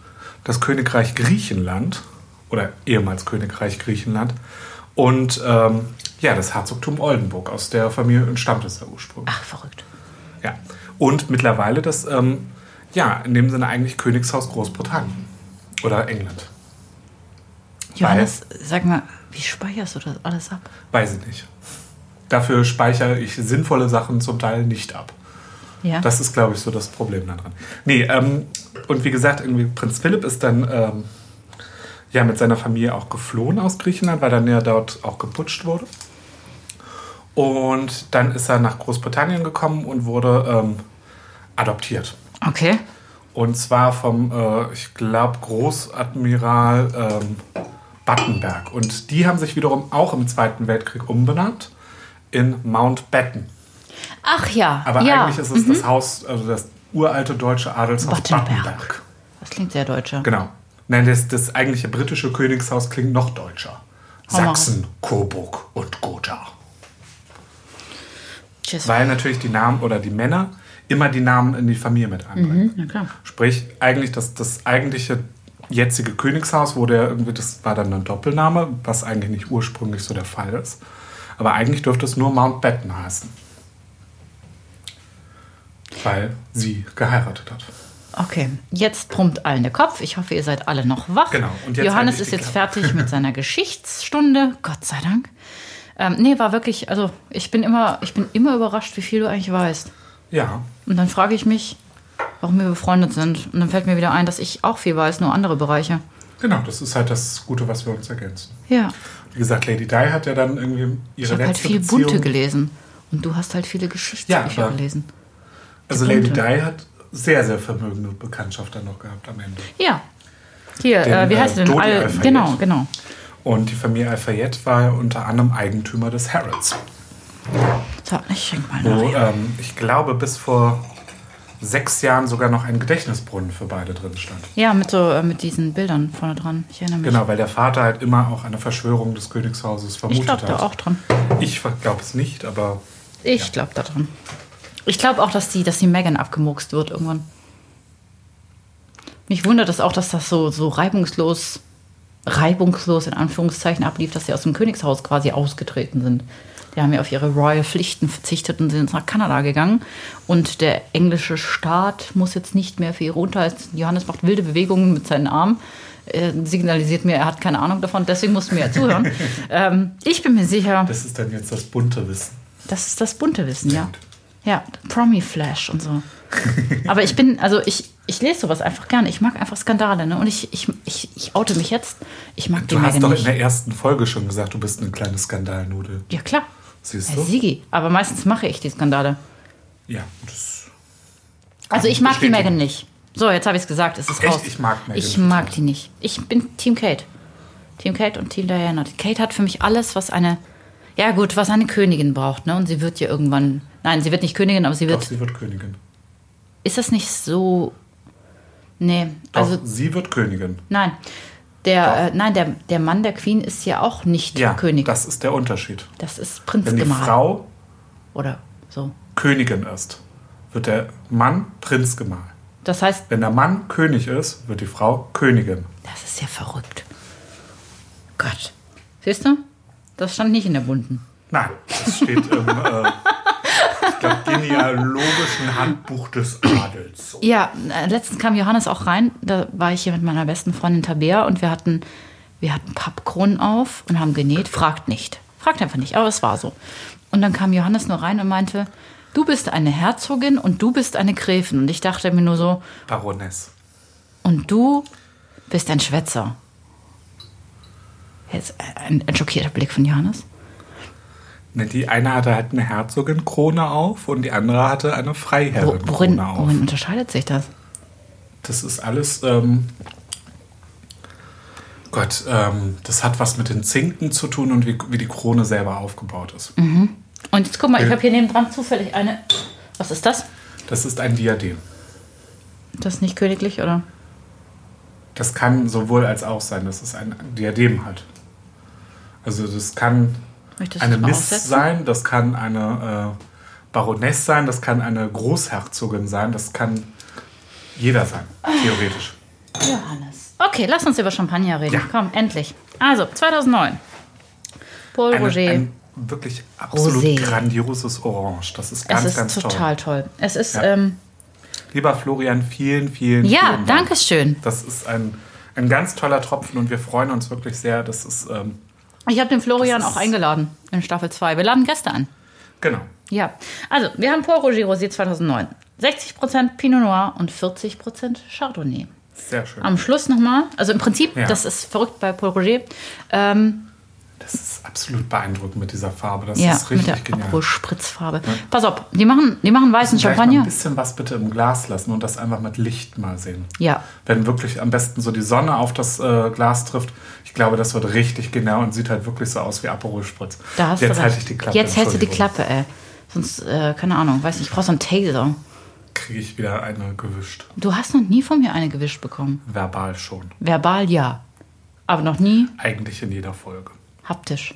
Speaker 3: das Königreich Griechenland oder ehemals Königreich Griechenland und ähm, ja, das Herzogtum Oldenburg. Aus der Familie stammt es ja ursprünglich.
Speaker 2: Ach, verrückt.
Speaker 3: Ja. Und mittlerweile das, ähm, ja, in dem Sinne eigentlich Königshaus Großbritannien oder England.
Speaker 2: Johannes, sag mal, wie speicherst du das alles ab?
Speaker 3: Weiß ich nicht. Dafür speichere ich sinnvolle Sachen zum Teil nicht ab.
Speaker 2: Ja.
Speaker 3: Das ist, glaube ich, so das Problem daran. Nee, ähm, und wie gesagt, irgendwie Prinz Philipp ist dann ähm, ja mit seiner Familie auch geflohen aus Griechenland, weil dann ja dort auch geputscht wurde. Und dann ist er nach Großbritannien gekommen und wurde ähm, adoptiert.
Speaker 2: okay.
Speaker 3: Und zwar vom, äh, ich glaube, Großadmiral ähm, Battenberg. Und die haben sich wiederum auch im Zweiten Weltkrieg umbenannt in Mountbatten.
Speaker 2: Ach ja.
Speaker 3: Aber
Speaker 2: ja.
Speaker 3: eigentlich ist es das Haus, also das uralte deutsche Adelshaus
Speaker 2: Battenberg.
Speaker 3: Battenberg.
Speaker 2: Das klingt sehr deutscher.
Speaker 3: Genau. Nein, das, das eigentliche britische Königshaus klingt noch deutscher.
Speaker 2: Hau mal raus.
Speaker 3: Sachsen, Coburg und Gotha.
Speaker 2: Tschüss.
Speaker 3: Weil natürlich die Namen oder die Männer immer die Namen in die Familie mit einbringen.
Speaker 2: Na klar.
Speaker 3: Sprich, eigentlich das, das eigentliche jetzige Königshaus wurde ja irgendwie, das war dann ein Doppelname, was eigentlich nicht ursprünglich so der Fall ist. Aber eigentlich dürfte es nur Mountbatten heißen. Weil sie geheiratet hat.
Speaker 2: Okay, jetzt brummt allen der Kopf. Ich hoffe, ihr seid alle noch wach.
Speaker 3: Genau, und jetzt
Speaker 2: Johannes
Speaker 3: halte ich
Speaker 2: ist
Speaker 3: die
Speaker 2: jetzt
Speaker 3: Klappe.
Speaker 2: fertig mit seiner Geschichtsstunde. Gott sei Dank. Ähm, nee, war wirklich, also ich bin immer, ich bin immer überrascht, wie viel du eigentlich weißt.
Speaker 3: Ja,
Speaker 2: Und dann frage ich mich, warum wir befreundet sind. Und dann fällt mir wieder ein, dass ich auch viel weiß, nur andere Bereiche.
Speaker 3: genau, das ist halt das Gute, was wir uns ergänzen.
Speaker 2: Ja.
Speaker 3: Wie gesagt, Lady Di hat ja dann irgendwie
Speaker 2: Ich
Speaker 3: ihre
Speaker 2: habe
Speaker 3: letzte
Speaker 2: halt viel
Speaker 3: Beziehung.
Speaker 2: bunte gelesen. Und du hast halt viele Geschichtsbücher
Speaker 3: aber-
Speaker 2: gelesen.
Speaker 3: Also Lady
Speaker 2: Bunte.
Speaker 3: Di hat sehr, sehr vermögende Bekanntschaft dann noch gehabt am Ende.
Speaker 2: Ja. Hier,
Speaker 3: Den,
Speaker 2: äh, wie
Speaker 3: äh,
Speaker 2: heißt der denn?
Speaker 3: Dodi
Speaker 2: Al-
Speaker 3: Alfayette.
Speaker 2: genau, genau.
Speaker 3: Und die Familie Alfayette war ja unter anderem Eigentümer des Harrods.
Speaker 2: So, ich schenk mal
Speaker 3: Wo,
Speaker 2: nach.
Speaker 3: ähm, ich glaube, bis vor sechs Jahren sogar noch ein Gedächtnisbrunnen für beide drin stand.
Speaker 2: Ja, mit so äh, mit diesen Bildern vorne dran. Ich erinnere mich.
Speaker 3: Genau, weil der Vater halt immer auch eine Verschwörung des Königshauses
Speaker 2: Ich
Speaker 3: vermutet
Speaker 2: glaube da
Speaker 3: hat.
Speaker 2: auch dran.
Speaker 3: Ich glaube es nicht, aber
Speaker 2: Ich glaube da dran. Ich glaube auch, dass die, dass die Megan abgemurkst wird irgendwann. Mich wundert es auch, dass das so, so reibungslos, reibungslos in Anführungszeichen ablief, dass sie aus dem Königshaus quasi ausgetreten sind. Die haben ja auf ihre Royal Pflichten verzichtet und sind nach Kanada gegangen. Und der englische Staat muss jetzt nicht mehr für ihre Unterhalts. Johannes macht wilde Bewegungen mit seinen Armen. Er signalisiert mir, er hat keine Ahnung davon, deswegen musst du mir ja zuhören. ähm, ich bin mir sicher.
Speaker 3: das ist dann jetzt das bunte Wissen.
Speaker 2: Das ist das bunte Wissen, ja.
Speaker 3: Stimmt.
Speaker 2: Ja, Promi Flash und so. Aber ich bin, also ich, ich lese sowas einfach gerne. Ich mag einfach Skandale, ne? Und ich, ich, ich, ich oute mich jetzt. Ich mag die
Speaker 3: Du hast
Speaker 2: Megan
Speaker 3: doch in
Speaker 2: nicht.
Speaker 3: der ersten Folge schon gesagt, du bist eine kleine Skandalnudel.
Speaker 2: Ja, klar.
Speaker 3: Siehst
Speaker 2: Herr
Speaker 3: du?
Speaker 2: Sigi. Aber meistens mache ich die Skandale.
Speaker 3: Ja, das
Speaker 2: Also ich mag die
Speaker 3: bestätigen.
Speaker 2: Megan nicht. So, jetzt habe ich es gesagt, es ist
Speaker 3: Echt?
Speaker 2: raus.
Speaker 3: Ich mag Meghan
Speaker 2: Ich
Speaker 3: total.
Speaker 2: mag die nicht. Ich bin Team Kate. Team Kate und Team Diana. Kate hat für mich alles, was eine, ja gut, was eine Königin braucht, ne? Und sie wird ja irgendwann, nein, sie wird nicht Königin, aber sie
Speaker 3: doch,
Speaker 2: wird
Speaker 3: sie wird Königin.
Speaker 2: ist das nicht so. Nee,
Speaker 3: Doch,
Speaker 2: also
Speaker 3: sie wird Königin.
Speaker 2: nein. Der, äh, nein, der, der Mann der Queen ist ja auch nicht
Speaker 3: Ja,
Speaker 2: König. Das,
Speaker 3: das ist der Unterschied.
Speaker 2: ist Prinz
Speaker 3: Wenn die
Speaker 2: gemacht.
Speaker 3: Frau
Speaker 2: Oder so.
Speaker 3: Königin ist, wird der Mann Prinz gemahl.
Speaker 2: Das heißt,
Speaker 3: Wenn der Mann König ist, wird die Frau Königin.
Speaker 2: das ist ja verrückt. Gott. Siehst du? Das stand nicht in der bunten.
Speaker 3: Nein, das steht im äh, ich glaub, genealogischen Handbuch des Adels.
Speaker 2: Ja, äh, letztens kam Johannes auch rein. Da war ich hier mit meiner besten Freundin Tabea und wir hatten, wir hatten Pappkronen auf und haben genäht. Fragt nicht. Fragt einfach nicht, aber es war so. Und dann kam Johannes nur rein und meinte, du bist eine Herzogin und du bist eine Gräfin. Und ich dachte mir nur so,
Speaker 3: Baroness.
Speaker 2: und du bist ein Schwätzer. Jetzt äh, ein, ein schockierter Blick von Johannes.
Speaker 3: Ne, Die eine hatte halt eine Herzogin-Krone auf und die andere hatte
Speaker 2: Wo,
Speaker 3: eine
Speaker 2: worin,
Speaker 3: Freiherrin-Krone auf.
Speaker 2: worin unterscheidet sich das?
Speaker 3: Das ist alles, ähm, Gott, ähm, das hat was mit den Zinken zu tun und wie, wie die Krone selber aufgebaut ist.
Speaker 2: Und jetzt guck mal, ich habe hier nebendran zufällig eine. Was ist das?
Speaker 3: Das ist ein Diadem.
Speaker 2: Das ist nicht königlich, oder?
Speaker 3: Das kann sowohl als auch sein, dass es ein Diadem hat. Also das kann
Speaker 2: Möchtest du
Speaker 3: eine
Speaker 2: das mal
Speaker 3: Miss
Speaker 2: aufsetzen?
Speaker 3: sein, das kann eine äh, Baroness sein, das kann eine Großherzogin sein, das kann jeder sein, theoretisch.
Speaker 2: Johannes. Okay, lass uns über Champagner reden.
Speaker 3: Ja.
Speaker 2: Komm, endlich. Also, 2009. Paul
Speaker 3: Eine,
Speaker 2: Roger.
Speaker 3: ein wirklich absolut
Speaker 2: Rosé.
Speaker 3: grandioses Orange. Das ist ganz,
Speaker 2: es ist
Speaker 3: ganz
Speaker 2: total
Speaker 3: toll.
Speaker 2: toll. Es ist,
Speaker 3: Ja.
Speaker 2: ähm,
Speaker 3: Lieber Florian, vielen, vielen,
Speaker 2: ja,
Speaker 3: vielen Dank.
Speaker 2: danke schön.
Speaker 3: Das ist ein, ein ganz toller Tropfen und wir freuen uns wirklich sehr. Das ist, ähm,
Speaker 2: Ich habe den Florian
Speaker 3: Das ist-
Speaker 2: auch eingeladen in Staffel 2. Wir laden Gäste an.
Speaker 3: genau,
Speaker 2: Ja, also, wir haben Paul Roger Rosé 2009. 60% Pinot Noir und 40% Chardonnay.
Speaker 3: sehr schön.
Speaker 2: Am Schluss nochmal, also im Prinzip,
Speaker 3: Ja.
Speaker 2: das ist verrückt bei Paul Roger, ähm,
Speaker 3: Das ist absolut beeindruckend mit dieser Farbe. Das
Speaker 2: ja,
Speaker 3: ist
Speaker 2: mit
Speaker 3: richtig
Speaker 2: der
Speaker 3: genial.
Speaker 2: Aperol-Spritzfarbe. Pass auf, die machen, die machen weißen
Speaker 3: Vielleicht mal ein
Speaker 2: Champagner.
Speaker 3: bisschen was bitte im Glas lassen und das einfach mit Licht mal sehen.
Speaker 2: Ja,
Speaker 3: Wenn wirklich am besten so die Sonne auf das äh, Glas trifft, ich glaube, das wird richtig genau und sieht halt wirklich so aus wie Aperol Spritz.
Speaker 2: Da hast
Speaker 3: Jetzt
Speaker 2: du
Speaker 3: halte
Speaker 2: recht.
Speaker 3: ich die Klappe.
Speaker 2: Jetzt hältst du die
Speaker 3: Entschuldigung.
Speaker 2: Klappe, ey. Sonst, äh, keine Ahnung, weiß nicht, ich brauch so einen Taser.
Speaker 3: Kriege ich wieder eine gewischt.
Speaker 2: Du hast noch nie von mir eine gewischt bekommen.
Speaker 3: Verbal schon.
Speaker 2: Verbal ja. Aber noch nie
Speaker 3: Eigentlich in jeder Folge.
Speaker 2: haptisch.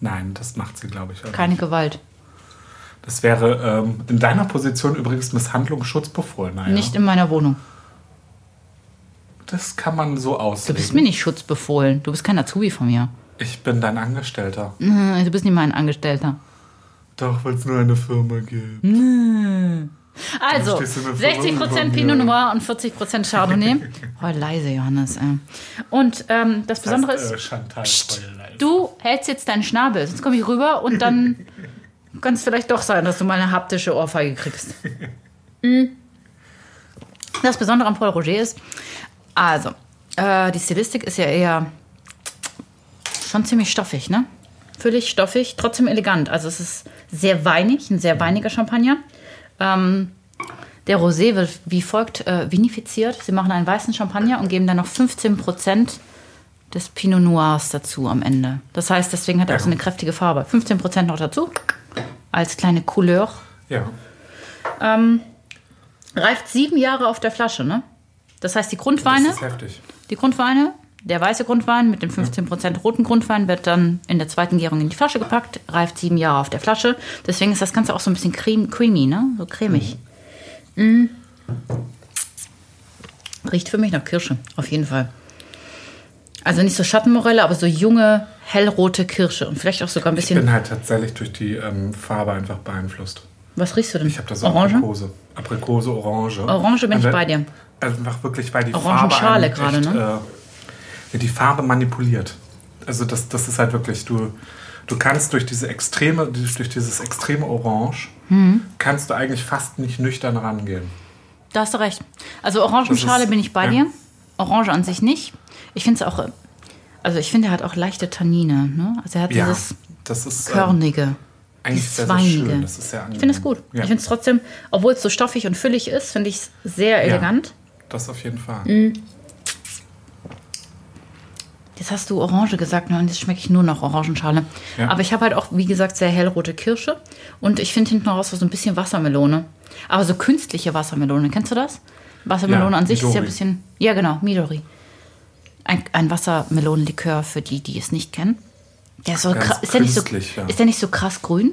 Speaker 3: Nein, das macht sie, glaube ich. aber
Speaker 2: Keine Gewalt.
Speaker 3: Das wäre ähm, in deiner Position übrigens Misshandlung schutzbefohlen. Naja,
Speaker 2: Nicht in meiner Wohnung.
Speaker 3: das kann man so
Speaker 2: Du
Speaker 3: auslegen.
Speaker 2: bist mir nicht schutzbefohlen. Du bist kein Azubi von mir.
Speaker 3: ich bin dein Angestellter.
Speaker 2: Äh, Du bist nicht mein Angestellter.
Speaker 3: Doch, weil es nur eine Firma gibt.
Speaker 2: Hm, Also,
Speaker 3: stehst du mir verwirrt
Speaker 2: 60%
Speaker 3: von
Speaker 2: Pinot
Speaker 3: mir.
Speaker 2: Noir und 40% Chardonnay. Oh, leise, Johannes. Ey. Und ähm, das Besondere
Speaker 3: Das,
Speaker 2: ist,
Speaker 3: äh, Chantal Fräulein.
Speaker 2: du hältst jetzt deinen Schnabel, sonst komme ich rüber und dann kann es vielleicht doch sein, dass du mal eine haptische Ohrfeige kriegst. Mm. Das Besondere an Paul Roger ist, also, äh, die Stilistik ist ja eher schon ziemlich stoffig, ne? Füllig, stoffig, trotzdem elegant. Also es ist sehr weinig, ein sehr weiniger Champagner. Ähm, der Rosé wird wie folgt äh, vinifiziert. Sie machen einen weißen Champagner und geben dann noch 15% des Pinot Noirs dazu am Ende. Das heißt, deswegen hat er auch so eine kräftige Farbe. 15% noch dazu als kleine Couleur.
Speaker 3: Ja.
Speaker 2: Ähm, reift sieben Jahre auf der Flasche, ne? Das heißt, die
Speaker 3: Das
Speaker 2: Grundweine
Speaker 3: ist heftig.
Speaker 2: die Grundweine, der weiße Grundwein mit dem 15% roten Grundwein wird dann in der zweiten Gärung in die Flasche gepackt, reift sieben Jahre auf der Flasche. Deswegen ist das Ganze auch so ein bisschen cream, creamy, ne? So cremig.
Speaker 3: Mhm.
Speaker 2: Mm. Riecht für mich nach Kirsche, auf jeden Fall. Also nicht so Schattenmorelle, aber so junge, hellrote Kirsche. Und vielleicht auch sogar ein
Speaker 3: Ich bin
Speaker 2: bisschen.
Speaker 3: halt tatsächlich durch die ähm, Farbe einfach beeinflusst.
Speaker 2: Was riechst du denn?
Speaker 3: Ich habe da so
Speaker 2: Orange?
Speaker 3: Aprikose. Aprikose, Orange.
Speaker 2: Orange bin ich bei dir.
Speaker 3: Einfach wirklich, weil die
Speaker 2: Orangenschale
Speaker 3: Farbe einem
Speaker 2: gerade,
Speaker 3: echt,
Speaker 2: ne?
Speaker 3: äh, ja, die Farbe manipuliert. Also das, das ist halt wirklich, du, du kannst durch diese extreme, durch durch dieses extreme Orange,
Speaker 2: Hm.
Speaker 3: kannst du eigentlich fast nicht nüchtern rangehen.
Speaker 2: Da hast du recht. Also Orangenschale
Speaker 3: Das ist-
Speaker 2: bin ich bei
Speaker 3: ja.
Speaker 2: dir. Orange an sich nicht. Ich finde es auch. äh, Also ich finde, er hat auch leichte Tannine. Ne? Also er hat
Speaker 3: Ja,
Speaker 2: dieses
Speaker 3: das ist ähm,
Speaker 2: Körnige.
Speaker 3: eigentlich
Speaker 2: dieses
Speaker 3: sehr, sehr
Speaker 2: Weinige.
Speaker 3: schön. Das ist sehr
Speaker 2: Ich finde es gut.
Speaker 3: Ja,
Speaker 2: Ich finde es trotzdem, obwohl es so stoffig und füllig ist, finde ich es sehr elegant.
Speaker 3: ähm, das auf jeden Fall.
Speaker 2: Mhm. Jetzt hast du Orange gesagt ne, und jetzt schmecke ich nur noch Orangenschale.
Speaker 3: Ja.
Speaker 2: Aber ich habe halt auch, wie gesagt, sehr hellrote Kirsche. Und ich finde hinten raus so ein bisschen Wassermelone. Aber so künstliche Wassermelone, kennst du das? Wassermelone
Speaker 3: Ja,
Speaker 2: an sich ist ja ein
Speaker 3: Midori.
Speaker 2: bisschen. Ja, genau, Midori. Ein, ein Wassermelonenlikör für die, die es nicht kennen. Der ist, so
Speaker 3: Ganz
Speaker 2: krass, ist, der nicht so,
Speaker 3: künstlich, ja.
Speaker 2: ist der nicht so krass grün?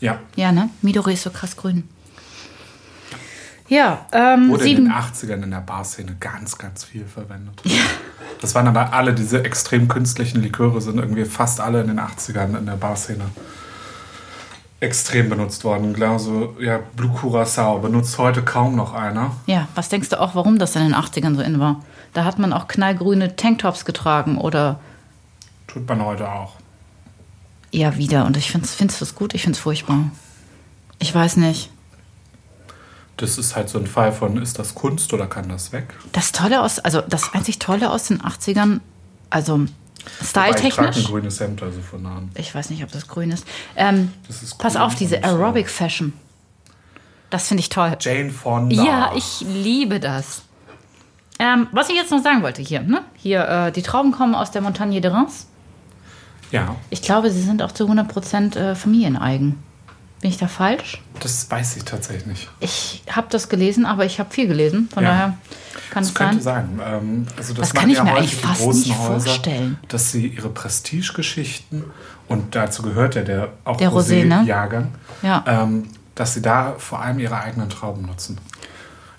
Speaker 3: Ja,
Speaker 2: Ja, ne? Midori ist so krass grün. Ja, ähm,
Speaker 3: wurde in den
Speaker 2: sieben.
Speaker 3: 80ern in der Barszene ganz, ganz viel verwendet. Das waren aber alle diese extrem künstlichen Liköre, sind irgendwie fast alle in den 80ern in der Barszene extrem benutzt worden. Klar, so, ja, Blue Curacao benutzt heute kaum noch einer.
Speaker 2: Ja, was denkst du auch, warum das in den 80ern so in war? Da hat man auch knallgrüne Tanktops getragen oder
Speaker 3: Tut man heute auch.
Speaker 2: ja wieder. Und ich find's, find's das gut, ich find's furchtbar. Ich weiß nicht.
Speaker 3: Das ist halt so ein Fall von, ist das Kunst oder kann das weg?
Speaker 2: Das Tolle aus, also das einzig Tolle aus den 80ern, also
Speaker 3: Wobei, Ich trage ein
Speaker 2: styletechnisch.
Speaker 3: grünes Hemd, also von da an.
Speaker 2: Ich weiß nicht, ob das grün ist. Ähm,
Speaker 3: Das ist
Speaker 2: pass
Speaker 3: grün
Speaker 2: auf, diese
Speaker 3: und so.
Speaker 2: Aerobic Fashion. Das finde ich toll.
Speaker 3: Jane Fonda.
Speaker 2: Ja, ich liebe das. Ähm, was ich jetzt noch sagen wollte hier, ne? Hier, äh, die Trauben kommen aus der Montagne de Reims.
Speaker 3: Ja,
Speaker 2: Ich glaube, sie sind auch zu 100% äh, familieneigen. Bin ich da falsch?
Speaker 3: das weiß ich tatsächlich nicht.
Speaker 2: Ich habe das gelesen, aber ich habe viel gelesen. Von
Speaker 3: Ja.
Speaker 2: daher kann
Speaker 3: Das
Speaker 2: es sein.
Speaker 3: könnte sein. Ähm, also das
Speaker 2: Das
Speaker 3: machen
Speaker 2: kann ich
Speaker 3: ja
Speaker 2: mir
Speaker 3: häufig
Speaker 2: eigentlich
Speaker 3: die
Speaker 2: fast
Speaker 3: großen
Speaker 2: nicht
Speaker 3: Häuser,
Speaker 2: vorstellen.
Speaker 3: Dass sie ihre Prestigegeschichten, und dazu gehört ja der auch
Speaker 2: Der Rosé, ne?
Speaker 3: Jahrgang,
Speaker 2: Ja.
Speaker 3: ähm, dass sie da vor allem ihre eigenen Trauben nutzen.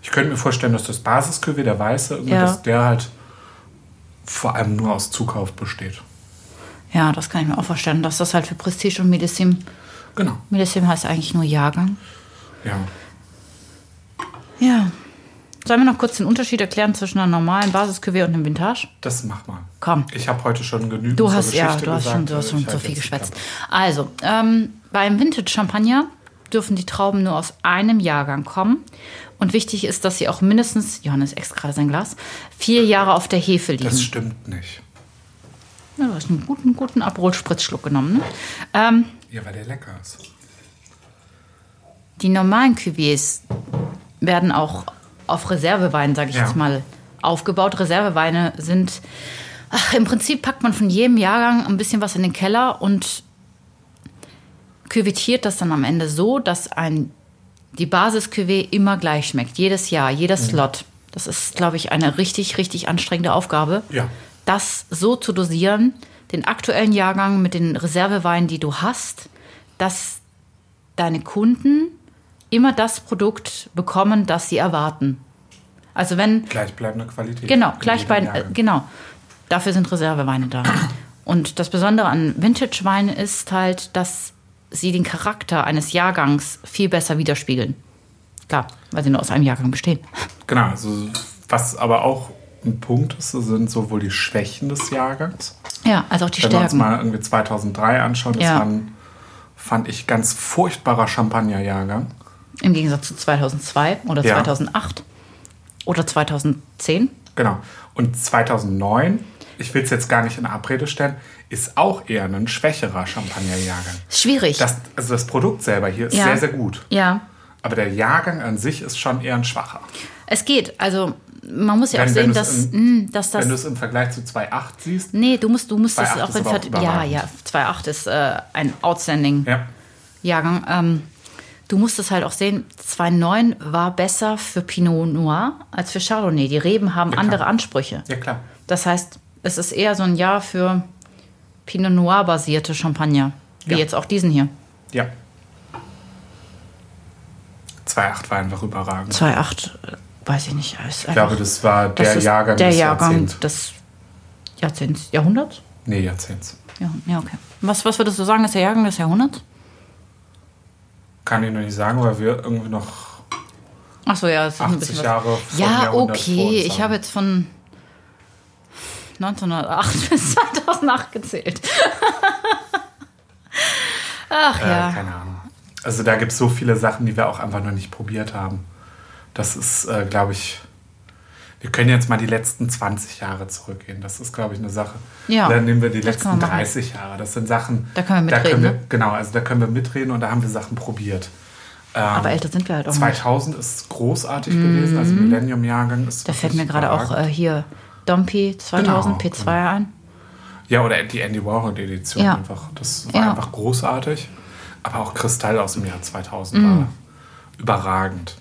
Speaker 3: Ich könnte mir vorstellen, dass das Basisküwe, der Weiße, irgendwie,
Speaker 2: Ja.
Speaker 3: dass der halt vor allem nur aus Zukauf besteht.
Speaker 2: Ja, das kann ich mir auch vorstellen, dass das halt für Prestige und Medizin.
Speaker 3: Genau.
Speaker 2: Medizin heißt eigentlich nur Jahrgang.
Speaker 3: Ja.
Speaker 2: Ja. Sollen wir noch kurz den Unterschied erklären zwischen einer normalen basis und einem Vintage?
Speaker 3: Das mach mal.
Speaker 2: Komm.
Speaker 3: Ich habe heute schon genügend
Speaker 2: Du
Speaker 3: zur
Speaker 2: hast ja,
Speaker 3: Geschichte
Speaker 2: du hast
Speaker 3: gesagt, äh,
Speaker 2: schon,
Speaker 3: ne?
Speaker 2: du hast
Speaker 3: ich
Speaker 2: schon so
Speaker 3: halte
Speaker 2: viel
Speaker 3: jetzt die
Speaker 2: geschwätzt.
Speaker 3: Klappe.
Speaker 2: Also, ähm, beim Vintage Champagner dürfen die Trauben nur aus einem Jahrgang kommen. Und wichtig ist, dass sie auch mindestens, Johannes extra gerade sein Glas, vier Jahre auf der Hefe liegen.
Speaker 3: Das stimmt nicht.
Speaker 2: Ja, du hast einen guten, guten Aperol-Spritzschluck genommen. Ne? Ähm,
Speaker 3: Ja, weil der lecker ist.
Speaker 2: die normalen Cuvées werden auch auf Reservewein, sage ich
Speaker 3: Ja.
Speaker 2: jetzt mal, aufgebaut. Reserveweine sind, ach, im Prinzip packt man von jedem Jahrgang ein bisschen was in den Keller und küvettiert das dann am Ende so, dass ein, die basis immer gleich schmeckt. Jedes Jahr, jeder Slot. Das ist, glaube ich, eine richtig, richtig anstrengende Aufgabe.
Speaker 3: Ja.
Speaker 2: Das so zu dosieren, den aktuellen Jahrgang mit den Reserveweinen, die du hast, dass deine Kunden immer das Produkt bekommen, das sie erwarten. Also wenn
Speaker 3: Gleichbleibende Qualität.
Speaker 2: Genau,
Speaker 3: In
Speaker 2: gleich
Speaker 3: jedem
Speaker 2: bei, äh,
Speaker 3: Jahrgang.
Speaker 2: genau. Dafür sind Reserveweine da. Und das Besondere an Vintage-Weinen ist halt, dass sie den Charakter eines Jahrgangs viel besser widerspiegeln. Klar, weil sie nur aus einem Jahrgang bestehen.
Speaker 3: Genau, also was aber auch ein Punkt ist, sind sowohl die Schwächen des Jahrgangs.
Speaker 2: Ja, also auch die
Speaker 3: Wenn wir uns
Speaker 2: Stärken.
Speaker 3: mal irgendwie 2003 anschauen, das
Speaker 2: Ja.
Speaker 3: war ein, fand ich, ganz furchtbarer Champagner-Jahrgang.
Speaker 2: Im Gegensatz zu 2002 oder
Speaker 3: Ja.
Speaker 2: 2008 oder 2010.
Speaker 3: Genau. Und 2009 ich will es jetzt gar nicht in Abrede stellen, ist auch eher ein schwächerer Champagnerjahrgang.
Speaker 2: Schwierig.
Speaker 3: Das, also das Produkt selber hier ist
Speaker 2: Ja.
Speaker 3: sehr, sehr gut.
Speaker 2: ja,
Speaker 3: Aber der Jahrgang an sich ist schon eher ein schwacher.
Speaker 2: es geht. Also man muss ja
Speaker 3: Wenn-
Speaker 2: auch
Speaker 3: wenn
Speaker 2: sehen,
Speaker 3: du's
Speaker 2: dass,
Speaker 3: in-
Speaker 2: mh, dass
Speaker 3: Wenn du
Speaker 2: das...
Speaker 3: es im Vergleich zu 2,8 siehst,
Speaker 2: Nee, du musst, du musst es
Speaker 3: 2,8
Speaker 2: auch
Speaker 3: ist
Speaker 2: in
Speaker 3: aber auch
Speaker 2: Vert- Ja,
Speaker 3: überragend.
Speaker 2: ja, 2,8 ist äh, ein outstanding
Speaker 3: ja,
Speaker 2: Jahrgang. Ähm, du musst es halt auch sehen, 2,9 war besser für Pinot Noir als für Chardonnay. Die Reben haben
Speaker 3: Ja, klar.
Speaker 2: andere Ansprüche.
Speaker 3: ja klar.
Speaker 2: Das heißt, es ist eher so ein Jahr für Pinot Noir-basierte Champagner. Wie
Speaker 3: Ja.
Speaker 2: jetzt auch diesen hier.
Speaker 3: Ja. 2,8 war einfach überragend.
Speaker 2: 2,8, äh, weiß ich nicht. Ist
Speaker 3: Ich glaube, das war der
Speaker 2: das ist
Speaker 3: Jahrgang
Speaker 2: der
Speaker 3: des
Speaker 2: Jahrgang
Speaker 3: Jahrzehnts.
Speaker 2: des Jahrzehnts. Jahrhunderts?
Speaker 3: Nee, Jahrzehnts.
Speaker 2: Ja, ja okay. Was, was würdest du sagen, ist der Jahrgang des Jahrhunderts?
Speaker 3: Kann ich noch nicht sagen, weil wir irgendwie noch
Speaker 2: Ach so, ja, es ist ein
Speaker 3: 80
Speaker 2: bisschen
Speaker 3: Jahre
Speaker 2: was.
Speaker 3: vom
Speaker 2: Ja,
Speaker 3: Jahrhundert vor
Speaker 2: okay.
Speaker 3: uns
Speaker 2: Ich
Speaker 3: haben.
Speaker 2: habe jetzt von 1908 bis 2008 gezählt. Ach
Speaker 3: Äh,
Speaker 2: ja.
Speaker 3: Keine Ahnung. Also da gibt es so viele Sachen, die wir auch einfach noch nicht probiert haben. Das ist, äh, glaube ich, wir können jetzt mal die letzten 20 Jahre zurückgehen. Das ist, glaube ich, eine Sache.
Speaker 2: Ja,
Speaker 3: Dann nehmen wir die
Speaker 2: das
Speaker 3: letzten
Speaker 2: können wir machen.
Speaker 3: 30 Jahre. Das sind Sachen.
Speaker 2: Da können wir
Speaker 3: da
Speaker 2: mitreden,
Speaker 3: können wir,
Speaker 2: ne?
Speaker 3: Genau, also da können wir mitreden und da haben wir Sachen probiert. Ähm,
Speaker 2: Aber älter sind wir halt auch nicht. Mhm.
Speaker 3: 2000 ist großartig gewesen, also Millennium-Jahrgang ist.
Speaker 2: Da fällt mir
Speaker 3: wirklich
Speaker 2: gerade auch
Speaker 3: überragend.
Speaker 2: äh, hier Dompi 2000
Speaker 3: Genau,
Speaker 2: P2 ein.
Speaker 3: Ja, oder die Andy Warhol-Edition
Speaker 2: äh, Ja.
Speaker 3: einfach. Das war
Speaker 2: Ja.
Speaker 3: einfach großartig. Aber auch Kristall aus dem Jahr 2000
Speaker 2: Mhm.
Speaker 3: war überragend.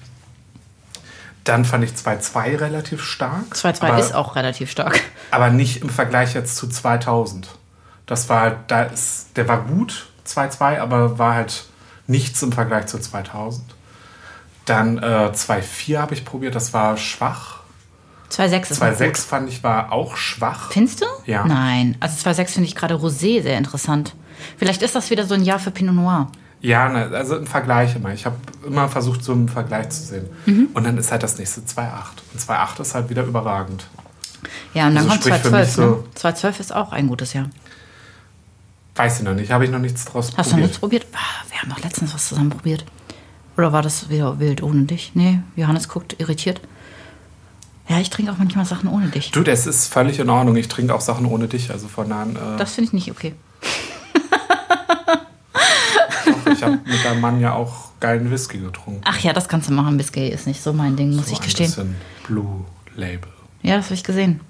Speaker 3: Dann fand ich 2.2 relativ stark.
Speaker 2: 2-2
Speaker 3: aber,
Speaker 2: ist auch relativ stark.
Speaker 3: Aber nicht im Vergleich jetzt zu 2000. Das war, halt- da ist, der war gut, 2.2, aber war halt nichts im Vergleich zu 2000. Dann äh, 2.4 habe ich probiert, das war schwach.
Speaker 2: 2-6 ist noch gut.
Speaker 3: 2.6 fand ich war auch schwach.
Speaker 2: Findest du?
Speaker 3: Ja.
Speaker 2: Nein. Also 2-6 finde ich gerade Rosé sehr interessant. Vielleicht ist das wieder so ein Jahr für Pinot Noir.
Speaker 3: Ja, ne, also im Vergleich immer. Ich habe immer versucht, so einen Vergleich zu sehen.
Speaker 2: Mhm.
Speaker 3: Und dann ist halt das nächste 2,8. Und 2,8 ist halt wieder überragend.
Speaker 2: Ja, und dann
Speaker 3: Also
Speaker 2: kommt
Speaker 3: sprich für mich
Speaker 2: 2-12. Ne?
Speaker 3: so-
Speaker 2: 2-12 ist auch ein gutes Jahr.
Speaker 3: Weiß ich noch nicht, habe ich noch nichts draus
Speaker 2: Hast du noch
Speaker 3: probiert.
Speaker 2: nichts probiert? Ah, Wir haben doch letztens was zusammen probiert. Oder war das wieder wild ohne dich? Nee, Johannes guckt irritiert. Ja, ich trinke auch manchmal Sachen ohne dich.
Speaker 3: Du, das ist völlig in Ordnung. Ich trinke auch Sachen ohne dich. Also von daher, äh,
Speaker 2: Das finde ich nicht okay.
Speaker 3: doch, ich habe mit deinem Mann ja auch geilen Whisky getrunken.
Speaker 2: Ach ja, das kannst du machen. Biscay ist nicht so mein Ding, Ah, muss
Speaker 3: So
Speaker 2: ich
Speaker 3: ein
Speaker 2: gestehen.
Speaker 3: bisschen Blue Label.
Speaker 2: Ja, das habe ich gesehen.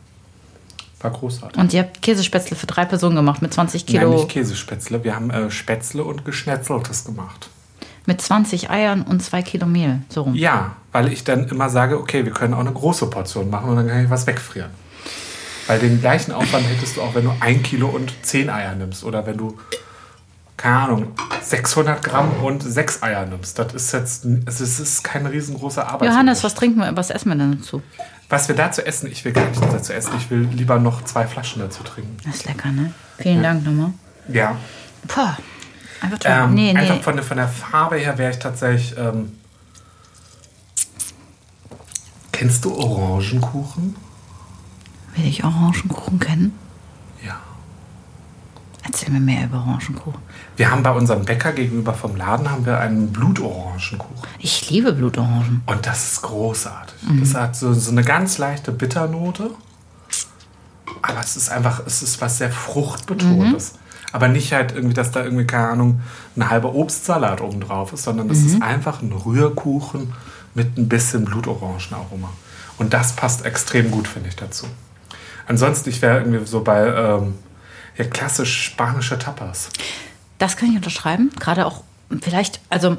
Speaker 3: War großartig.
Speaker 2: Und ihr habt Käsespätzle für drei Personen gemacht mit 20
Speaker 3: Nein,
Speaker 2: Kilo,
Speaker 3: nicht Käsespätzle. Wir haben äh, Spätzle und Geschnetzeltes gemacht.
Speaker 2: mit 20 Eiern und zwei Kilo Mehl. So rum.
Speaker 3: Ja, weil ich dann immer sage, okay, wir können auch eine große Portion machen und dann kann ich was wegfrieren. Weil den gleichen Aufwand hättest du auch, wenn du ein Kilo und zehn Eier nimmst oder wenn du, keine Ahnung, 600 Gramm und sechs Eier nimmst. Das ist jetzt, es ist- es ist keine riesengroße Arbeit.
Speaker 2: Johannes, was trinken wir, was essen wir denn dazu?
Speaker 3: Was wir dazu essen, ich will gar nicht dazu essen, ich will lieber noch zwei Flaschen dazu trinken.
Speaker 2: Das ist lecker, ne? Vielen Dank nochmal.
Speaker 3: Ja.
Speaker 2: Puh, einfach toll.
Speaker 3: Ähm,
Speaker 2: nee, nee.
Speaker 3: Einfach von, der- von der Farbe her wäre ich tatsächlich. Ähm, kennst du Orangenkuchen?
Speaker 2: Will ich Orangenkuchen kennen?
Speaker 3: Ja.
Speaker 2: Erzähl mir mehr über Orangenkuchen.
Speaker 3: Wir haben bei unserem Bäcker gegenüber vom Laden haben wir einen Blutorangenkuchen.
Speaker 2: Ich liebe Blutorangen.
Speaker 3: Und das ist großartig. Das hat so, so eine ganz leichte Bitternote. Aber es ist einfach, es ist was sehr Fruchtbetontes. Aber nicht halt irgendwie, dass da irgendwie, keine Ahnung, ein halber Obstsalat oben drauf ist, sondern das ist einfach ein Rührkuchen mit ein bisschen Blutorangenaroma. Und das passt extrem gut, finde ich, dazu. Ansonsten, ich wäre irgendwie so bei ähm, ja, klassisch spanische Tapas.
Speaker 2: Das kann ich unterschreiben. Gerade auch vielleicht, also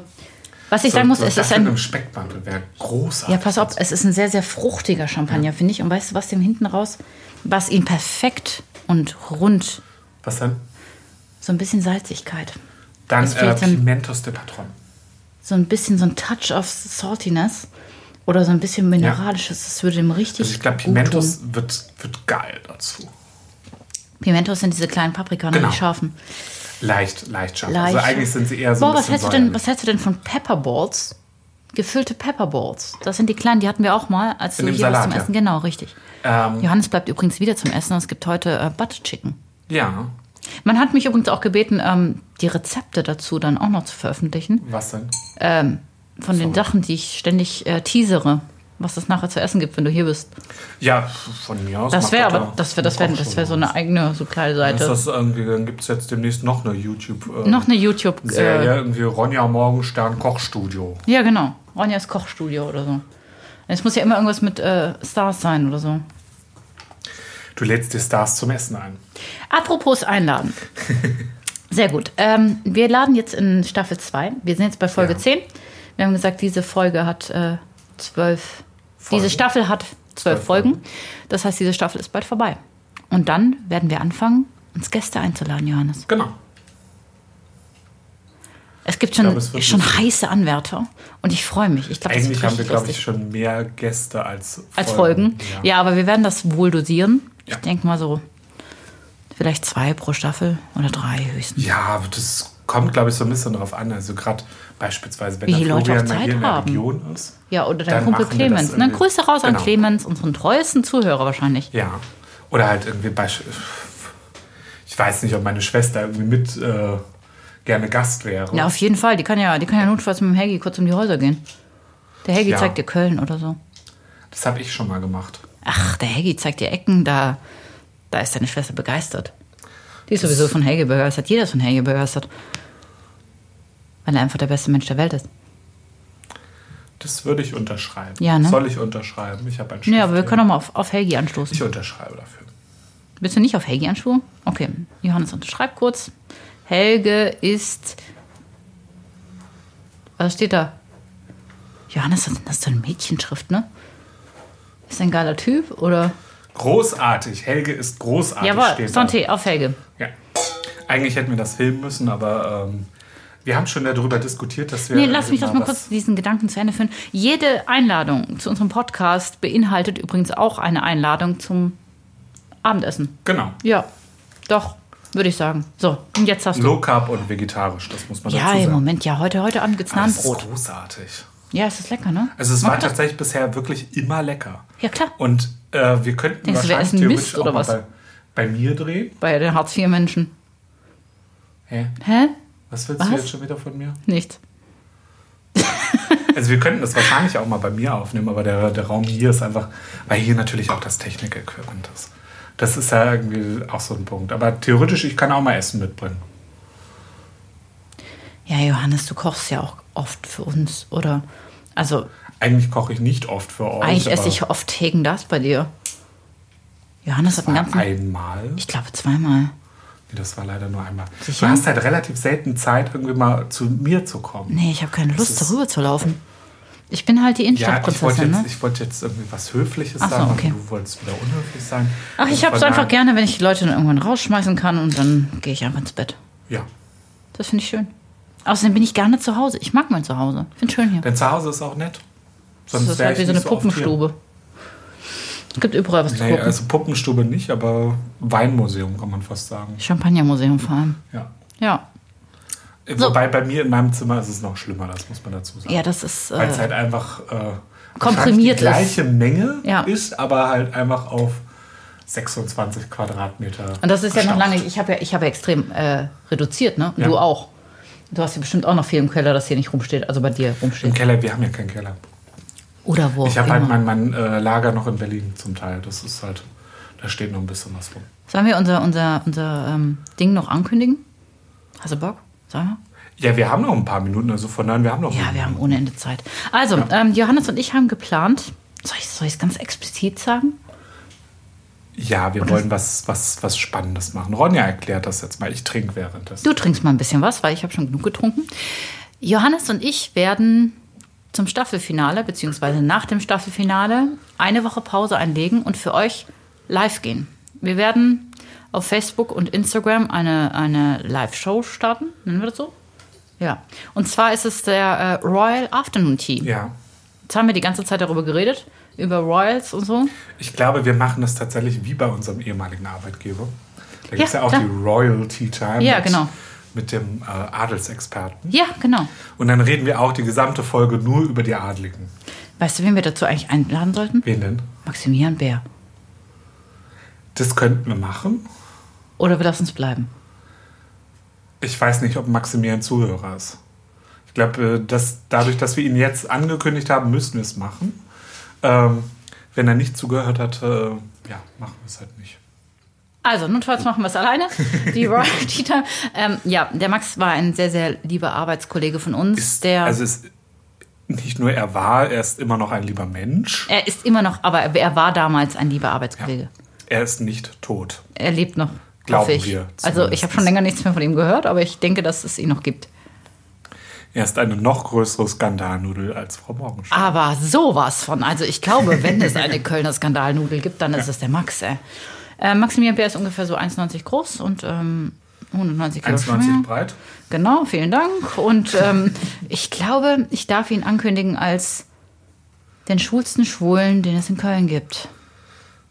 Speaker 2: was ich
Speaker 3: So-
Speaker 2: sagen muss,
Speaker 3: so
Speaker 2: es
Speaker 3: das
Speaker 2: ist
Speaker 3: mit
Speaker 2: ein.
Speaker 3: einem Speckmantel wäre großartig.
Speaker 2: Ja, pass auf, es ist ein sehr, sehr fruchtiger Champagner, finde ich. Und weißt du, was dem hinten raus, was ihm perfekt und rund,
Speaker 3: Was dann?
Speaker 2: so ein bisschen Salzigkeit,
Speaker 3: Dann
Speaker 2: Es
Speaker 3: äh,
Speaker 2: fehlt dann-
Speaker 3: Pimentos de Patron.
Speaker 2: so
Speaker 3: Also
Speaker 2: ein bisschen so ein Touch of Saltiness oder so ein bisschen Mineralisches, das würde dem richtig.
Speaker 3: Also ich glaube,
Speaker 2: Gut
Speaker 3: Pimentos wird, wird geil dazu.
Speaker 2: tun. Pimentos sind diese kleinen Paprika, ne,
Speaker 3: Genau.
Speaker 2: die scharfen.
Speaker 3: Leicht, leicht scharf.
Speaker 2: Leicht.
Speaker 3: Also eigentlich sind sie eher so
Speaker 2: Boah,
Speaker 3: ein
Speaker 2: was
Speaker 3: bisschen
Speaker 2: hältst, du denn,
Speaker 3: säuerlich.
Speaker 2: was hältst du denn von Pepperballs? Gefüllte Pepperballs. Das sind die kleinen, die hatten wir auch mal, als
Speaker 3: In
Speaker 2: du
Speaker 3: dem
Speaker 2: hier was
Speaker 3: Salat,
Speaker 2: zum
Speaker 3: ja.
Speaker 2: Essen. Genau, richtig.
Speaker 3: Ähm.
Speaker 2: Johannes bleibt übrigens wieder zum Essen und es gibt heute äh, Butter Chicken.
Speaker 3: Ja,
Speaker 2: Man hat mich übrigens auch gebeten, ähm, die Rezepte dazu dann auch noch zu veröffentlichen.
Speaker 3: was denn?
Speaker 2: Von den Sachen, die ich ständig äh, teasere. was es nachher zu essen gibt, wenn du hier bist.
Speaker 3: Ja, von mir aus.
Speaker 2: Das
Speaker 3: macht
Speaker 2: wäre
Speaker 3: er
Speaker 2: aber, das wäre das wär,
Speaker 3: auch
Speaker 2: das
Speaker 3: schon
Speaker 2: wär so
Speaker 3: was.
Speaker 2: eine eigene
Speaker 3: Ist
Speaker 2: Supply-Seite.
Speaker 3: das irgendwie, dann gibt es jetzt demnächst noch eine YouTube. Äh,
Speaker 2: Noch eine YouTube.
Speaker 3: Serie,
Speaker 2: Äh,
Speaker 3: irgendwie Ronja Morgenstern Kochstudio.
Speaker 2: ja, genau. Ronjas Kochstudio oder so. Es muss ja immer irgendwas mit äh, Stars sein oder so.
Speaker 3: Du lädst die Stars zum Essen ein.
Speaker 2: Apropos einladen. Sehr gut. Ähm, wir laden jetzt in Staffel 2. Wir sind jetzt bei Folge
Speaker 3: Ja.
Speaker 2: 10. Wir haben gesagt, diese Folge hat äh, zwölf. Diese Staffel hat zwölf
Speaker 3: Zwölf
Speaker 2: Folgen. Das heißt, diese Staffel ist bald vorbei. Und dann werden wir anfangen, uns Gäste einzuladen, Johannes.
Speaker 3: Genau.
Speaker 2: Es gibt schon,
Speaker 3: glaube, es wird
Speaker 2: schon
Speaker 3: lustig.
Speaker 2: heiße Anwärter. Und ich freue mich. Ich glaube, das
Speaker 3: Eigentlich
Speaker 2: wird
Speaker 3: haben wir,
Speaker 2: richtig
Speaker 3: glaube
Speaker 2: lustig.
Speaker 3: ich, schon mehr Gäste als Folgen.
Speaker 2: als Folgen. Ja. aber wir werden das wohl dosieren.
Speaker 3: Ja.
Speaker 2: Ich denke mal so, vielleicht zwei pro Staffel oder drei höchstens.
Speaker 3: Ja, aber das kommt, glaube ich, so ein bisschen drauf an. Also gerade beispielsweise, wenn
Speaker 2: Wie
Speaker 3: der
Speaker 2: die Leute
Speaker 3: Florian
Speaker 2: auch
Speaker 3: mal
Speaker 2: Zeit
Speaker 3: hier
Speaker 2: haben.
Speaker 3: in der Region ist.
Speaker 2: Ja, oder dein
Speaker 3: Dann
Speaker 2: Kumpel
Speaker 3: machen wir das
Speaker 2: Clemens. Dann
Speaker 3: irgendwie.
Speaker 2: Grüße raus an
Speaker 3: Genau.
Speaker 2: Clemens, unseren treuesten Zuhörer wahrscheinlich.
Speaker 3: Ja. Oder halt irgendwie beisch- Ich weiß nicht, ob meine Schwester irgendwie mit äh, gerne Gast wäre.
Speaker 2: Ja, auf jeden Fall. Die kann ja, die kann ja notfalls mit dem Helgi kurz um die Häuser gehen. Der Helgi
Speaker 3: Ja.
Speaker 2: zeigt dir Köln oder so.
Speaker 3: Das habe ich schon mal gemacht.
Speaker 2: Ach, der Helgi zeigt dir Ecken, da, da ist deine Schwester begeistert. Die ist sowieso von Helgi begeistert. Jeder ist von Helgi begeistert. Weil er einfach der beste Mensch der Welt ist.
Speaker 3: Das würde ich unterschreiben.
Speaker 2: Ja, ne?
Speaker 3: Soll ich unterschreiben? Ich habe ein
Speaker 2: Ja, aber wir
Speaker 3: Schriftchen.
Speaker 2: können auch mal auf, auf Helgi anstoßen.
Speaker 3: Ich unterschreibe dafür.
Speaker 2: Willst du nicht auf Helgi anschwuren? Okay, Johannes unterschreibt kurz. Helge ist. Was steht da? Johannes, das das ist so eine Mädchenschrift, ne? Ist ein geiler Typ oder?
Speaker 3: Großartig. Helge ist großartig.
Speaker 2: Jawohl,
Speaker 3: Ah, steht da.
Speaker 2: Santé, auf Helge.
Speaker 3: Ja. Eigentlich hätten wir das filmen müssen, aber ähm, wir haben schon darüber diskutiert, dass wir.
Speaker 2: Nee, lass mich
Speaker 3: irgendwie
Speaker 2: das mal kurz diesen Gedanken zu Ende führen. Jede Einladung zu unserem Podcast beinhaltet übrigens auch eine Einladung zum Abendessen.
Speaker 3: Genau.
Speaker 2: Ja, doch, würde ich sagen. So, und jetzt hast du.
Speaker 3: Low Carb und vegetarisch, das muss man
Speaker 2: Ja,
Speaker 3: dazu
Speaker 2: im
Speaker 3: sagen.
Speaker 2: Moment, ja, heute, heute Abend gibt's
Speaker 3: Das ist
Speaker 2: Nahenbrot.
Speaker 3: großartig.
Speaker 2: Ja, es ist lecker, ne?
Speaker 3: Also es war
Speaker 2: Mag das-
Speaker 3: tatsächlich bisher wirklich immer lecker.
Speaker 2: Ja, klar.
Speaker 3: Und äh, wir
Speaker 2: Denkst
Speaker 3: könnten
Speaker 2: du, wir
Speaker 3: wahrscheinlich
Speaker 2: essen
Speaker 3: theoretisch
Speaker 2: Mist
Speaker 3: auch
Speaker 2: oder
Speaker 3: mal
Speaker 2: was?
Speaker 3: Bei, bei mir drehen.
Speaker 2: Bei den Hartz-IV-Menschen.
Speaker 3: Hä?
Speaker 2: Hä?
Speaker 3: Was willst du
Speaker 2: Was?
Speaker 3: jetzt schon wieder von mir?
Speaker 2: Nichts.
Speaker 3: Also wir könnten das wahrscheinlich auch mal bei mir aufnehmen, aber der, der Raum hier ist einfach, weil hier natürlich auch das Technik-Equipment ist. Das ist ja irgendwie auch so ein Punkt. Aber theoretisch, ich kann auch mal Essen mitbringen.
Speaker 2: Ja, Johannes, du kochst ja auch oft für uns, oder? Also,
Speaker 3: Eigentlich koche ich nicht oft für euch.
Speaker 2: eigentlich esse
Speaker 3: aber
Speaker 2: ich oft Hegen das bei dir. Johannes hat den ganzen.
Speaker 3: einmal.
Speaker 2: Ich glaube, zweimal.
Speaker 3: Nee, Das war leider nur einmal.
Speaker 2: Sicher?
Speaker 3: Du hast halt relativ selten Zeit, irgendwie mal zu mir zu kommen.
Speaker 2: Nee, ich habe keine Lust,
Speaker 3: ist-
Speaker 2: darüber zu laufen. Ich bin halt die
Speaker 3: Ja, ich wollte
Speaker 2: Innenstadtprinzessin,
Speaker 3: jetzt,
Speaker 2: ne?
Speaker 3: ich wollte jetzt irgendwie was Höfliches
Speaker 2: Ach so,
Speaker 3: sagen, aber
Speaker 2: okay.
Speaker 3: du wolltest wieder unhöflich sein.
Speaker 2: Ach, ich
Speaker 3: Also
Speaker 2: habe es
Speaker 3: von
Speaker 2: einfach
Speaker 3: daher-
Speaker 2: gerne, wenn ich die Leute dann irgendwann rausschmeißen kann und dann gehe ich einfach ins Bett.
Speaker 3: Ja,
Speaker 2: Das finde ich schön. Außerdem bin ich gerne zu Hause. Ich mag mein Zuhause. Ich finde schön hier.
Speaker 3: denn zu Hause ist auch nett.
Speaker 2: Das ist
Speaker 3: wär
Speaker 2: halt
Speaker 3: ich
Speaker 2: wie so
Speaker 3: nicht
Speaker 2: eine
Speaker 3: oft hier.
Speaker 2: Puppenstube. Es gibt überall was zu
Speaker 3: Nee,
Speaker 2: gucken.
Speaker 3: also Puppenstube nicht, aber Weinmuseum kann man fast sagen.
Speaker 2: Champagnermuseum vor allem.
Speaker 3: Ja.
Speaker 2: Ja. So.
Speaker 3: Wobei bei mir in meinem Zimmer ist es noch schlimmer, das muss man dazu sagen.
Speaker 2: Ja, das ist.
Speaker 3: Weil es
Speaker 2: Äh,
Speaker 3: halt einfach äh,
Speaker 2: komprimiert
Speaker 3: wahrscheinlich die gleiche Menge
Speaker 2: Ja.
Speaker 3: ist, aber halt einfach auf 26 Quadratmeter.
Speaker 2: und das ist ja noch
Speaker 3: gestaut.
Speaker 2: lange, ich habe ja, ich habe ja extrem äh, reduziert, ne?
Speaker 3: Ja.
Speaker 2: Du auch. Du hast ja bestimmt auch noch viel im Keller, das hier nicht rumsteht, also bei dir
Speaker 3: Im
Speaker 2: rumsteht.
Speaker 3: Keller, wir haben ja keinen Keller.
Speaker 2: Oder wo auch
Speaker 3: Ich habe halt
Speaker 2: immer.
Speaker 3: mein, mein äh, Lager noch in Berlin zum Teil. Das ist halt, da steht noch ein bisschen was rum.
Speaker 2: Sollen wir unser, unser, unser ähm, Ding noch ankündigen? Hast du Bock? Sollen wir?
Speaker 3: Ja, wir haben noch ein paar Minuten, also von daher, wir haben noch.
Speaker 2: Ja, wir haben ohne Ende Zeit. Also, ähm, Johannes und ich haben geplant, soll ich es ganz explizit sagen?
Speaker 3: Ja, wir wollen was, was, was Spannendes machen. Ronja erklärt das jetzt mal. Ich trinke währenddessen.
Speaker 2: Du trinkst mal ein bisschen was, weil ich habe schon genug getrunken. Johannes und ich werden zum Staffelfinale, beziehungsweise nach dem Staffelfinale, eine Woche Pause einlegen und für euch live gehen. Wir werden auf Facebook und Instagram eine, eine Live-Show starten, nennen wir das so? Ja. Und zwar ist es der äh, Royal Afternoon Tea.
Speaker 3: Ja.
Speaker 2: Jetzt haben wir die ganze Zeit darüber geredet, über Royals und so.
Speaker 3: Ich glaube, wir machen das tatsächlich wie bei unserem ehemaligen Arbeitgeber. Da gibt es ja, auch
Speaker 2: klar.
Speaker 3: die Royalty Time.
Speaker 2: Ja,
Speaker 3: mit,
Speaker 2: genau.
Speaker 3: Mit dem äh, Adelsexperten.
Speaker 2: Ja, genau.
Speaker 3: Und dann reden wir auch die gesamte Folge nur über die Adligen.
Speaker 2: Weißt du, wen wir dazu eigentlich einladen sollten?
Speaker 3: Wen denn?
Speaker 2: Maximilian Bär.
Speaker 3: Das könnten wir machen.
Speaker 2: Oder wir lassen es bleiben.
Speaker 3: Ich weiß nicht, ob Maximilian Zuhörer ist. Ich glaube, äh, dass dadurch, dass wir ihn jetzt angekündigt haben, müssen wir es machen. Ähm, wenn er nicht zugehört hat, äh, ja, machen wir es halt nicht.
Speaker 2: Also, notfalls machen wir es alleine. Die Royal Dieter. Ähm, ja, der Max war ein sehr, sehr lieber Arbeitskollege von uns.
Speaker 3: Ist,
Speaker 2: der,
Speaker 3: also ist nicht nur er war, er ist immer noch ein lieber Mensch.
Speaker 2: er ist immer noch, aber er war damals ein lieber Arbeitskollege.
Speaker 3: Er ist nicht tot.
Speaker 2: Er lebt noch,
Speaker 3: Glauben
Speaker 2: hoffe ich.
Speaker 3: wir
Speaker 2: also, ich habe schon
Speaker 3: zumindest.
Speaker 2: länger nichts mehr von ihm gehört, aber ich denke, dass es ihn noch gibt.
Speaker 3: Er ist eine noch größere Skandalnudel als Frau Morgenstern.
Speaker 2: Aber sowas von. Also ich glaube, wenn es eine Kölner Skandalnudel gibt, dann ist es der Max. Ey. Äh, Maximilian Bär ist ungefähr so 1,90 groß und ähm, 190 Kilo
Speaker 3: 1,90
Speaker 2: schwer.
Speaker 3: breit.
Speaker 2: Genau, vielen Dank. Und ähm, ich glaube, ich darf ihn ankündigen als den schwulsten Schwulen, den es in Köln gibt.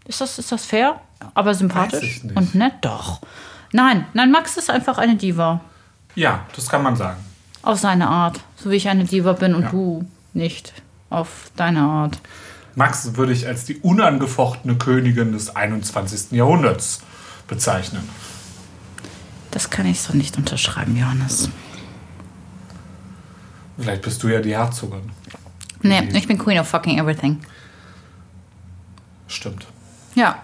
Speaker 2: Ist das, ist das fair? Aber sympathisch
Speaker 3: ich nicht.
Speaker 2: und nett doch. Nein, nein, Max ist einfach eine Diva.
Speaker 3: Ja, das kann man sagen.
Speaker 2: Auf seine Art. So wie ich eine Diva bin und
Speaker 3: Ja.
Speaker 2: du nicht. Auf deine Art.
Speaker 3: Max würde ich als die unangefochtene Königin des 21. Jahrhunderts bezeichnen.
Speaker 2: Das kann ich so nicht unterschreiben, Johannes.
Speaker 3: Vielleicht bist du ja die Herzogin.
Speaker 2: Nee, ich bin Queen of fucking everything.
Speaker 3: Stimmt.
Speaker 2: Ja.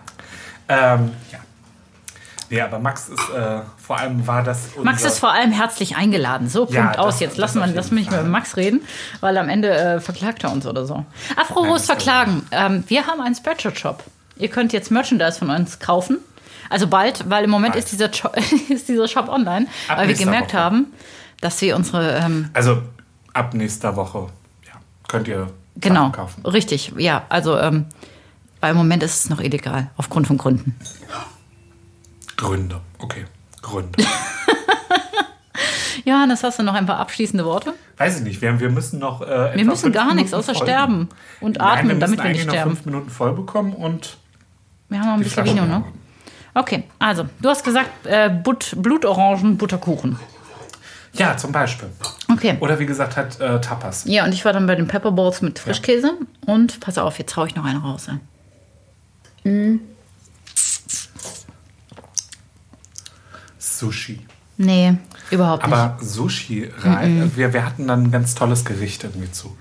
Speaker 3: Ähm, ja. Nee, aber Max ist, äh, vor allem war das unser,
Speaker 2: Max ist vor allem herzlich eingeladen. So, Punkt
Speaker 3: Ja, das-
Speaker 2: aus. Jetzt
Speaker 3: das
Speaker 2: lassen wir
Speaker 3: auf jeden
Speaker 2: lass mich mal
Speaker 3: Fall.
Speaker 2: mit Max reden, weil am Ende äh, verklagt er uns oder so. Apropos
Speaker 3: Nein, das
Speaker 2: verklagen. Ähm, wir haben einen Spreadshirt-Shop. Ihr könnt jetzt Merchandise von uns kaufen. Also bald, weil im Moment
Speaker 3: Bald.
Speaker 2: ist dieser, Jo- ist dieser Shop online,
Speaker 3: Ab
Speaker 2: weil wir
Speaker 3: nächster
Speaker 2: gemerkt
Speaker 3: Woche.
Speaker 2: haben, dass wir unsere ähm,
Speaker 3: Also ab nächster Woche ja, könnt ihr
Speaker 2: Genau,
Speaker 3: Sachen kaufen.
Speaker 2: richtig. Ja, also ähm, weil im Moment ist es noch illegal, aufgrund von Gründen.
Speaker 3: Gründe. Okay, Gründe.
Speaker 2: Johannes, hast du noch ein paar abschließende Worte?
Speaker 3: Weiß ich nicht, wir, wir müssen noch. Äh,
Speaker 2: Wir
Speaker 3: etwa
Speaker 2: müssen
Speaker 3: fünf
Speaker 2: gar
Speaker 3: Minuten
Speaker 2: nichts außer
Speaker 3: voll-
Speaker 2: sterben und
Speaker 3: Nein, wir
Speaker 2: atmen,
Speaker 3: müssen
Speaker 2: damit wir nicht
Speaker 3: eigentlich noch
Speaker 2: sterben.
Speaker 3: fünf Minuten voll bekommen und
Speaker 2: Wir haben noch ein
Speaker 3: die
Speaker 2: bisschen
Speaker 3: Flasche
Speaker 2: Vino, ne?
Speaker 3: leer machen.
Speaker 2: Okay, also, du hast gesagt, äh, But Blutorangen, Butterkuchen.
Speaker 3: Ja, zum Beispiel.
Speaker 2: Okay.
Speaker 3: Oder wie gesagt, halt äh, Tapas.
Speaker 2: Ja, und ich war dann bei den Pepperballs mit Frischkäse. Und pass auf, jetzt hau ich noch eine raus. ey.
Speaker 3: Sushi.
Speaker 2: Nee, überhaupt nicht.
Speaker 3: Aber Sushi
Speaker 2: Mhm.
Speaker 3: rein. äh, Wir, wir hatten dann ein ganz tolles Gericht irgendwie zu.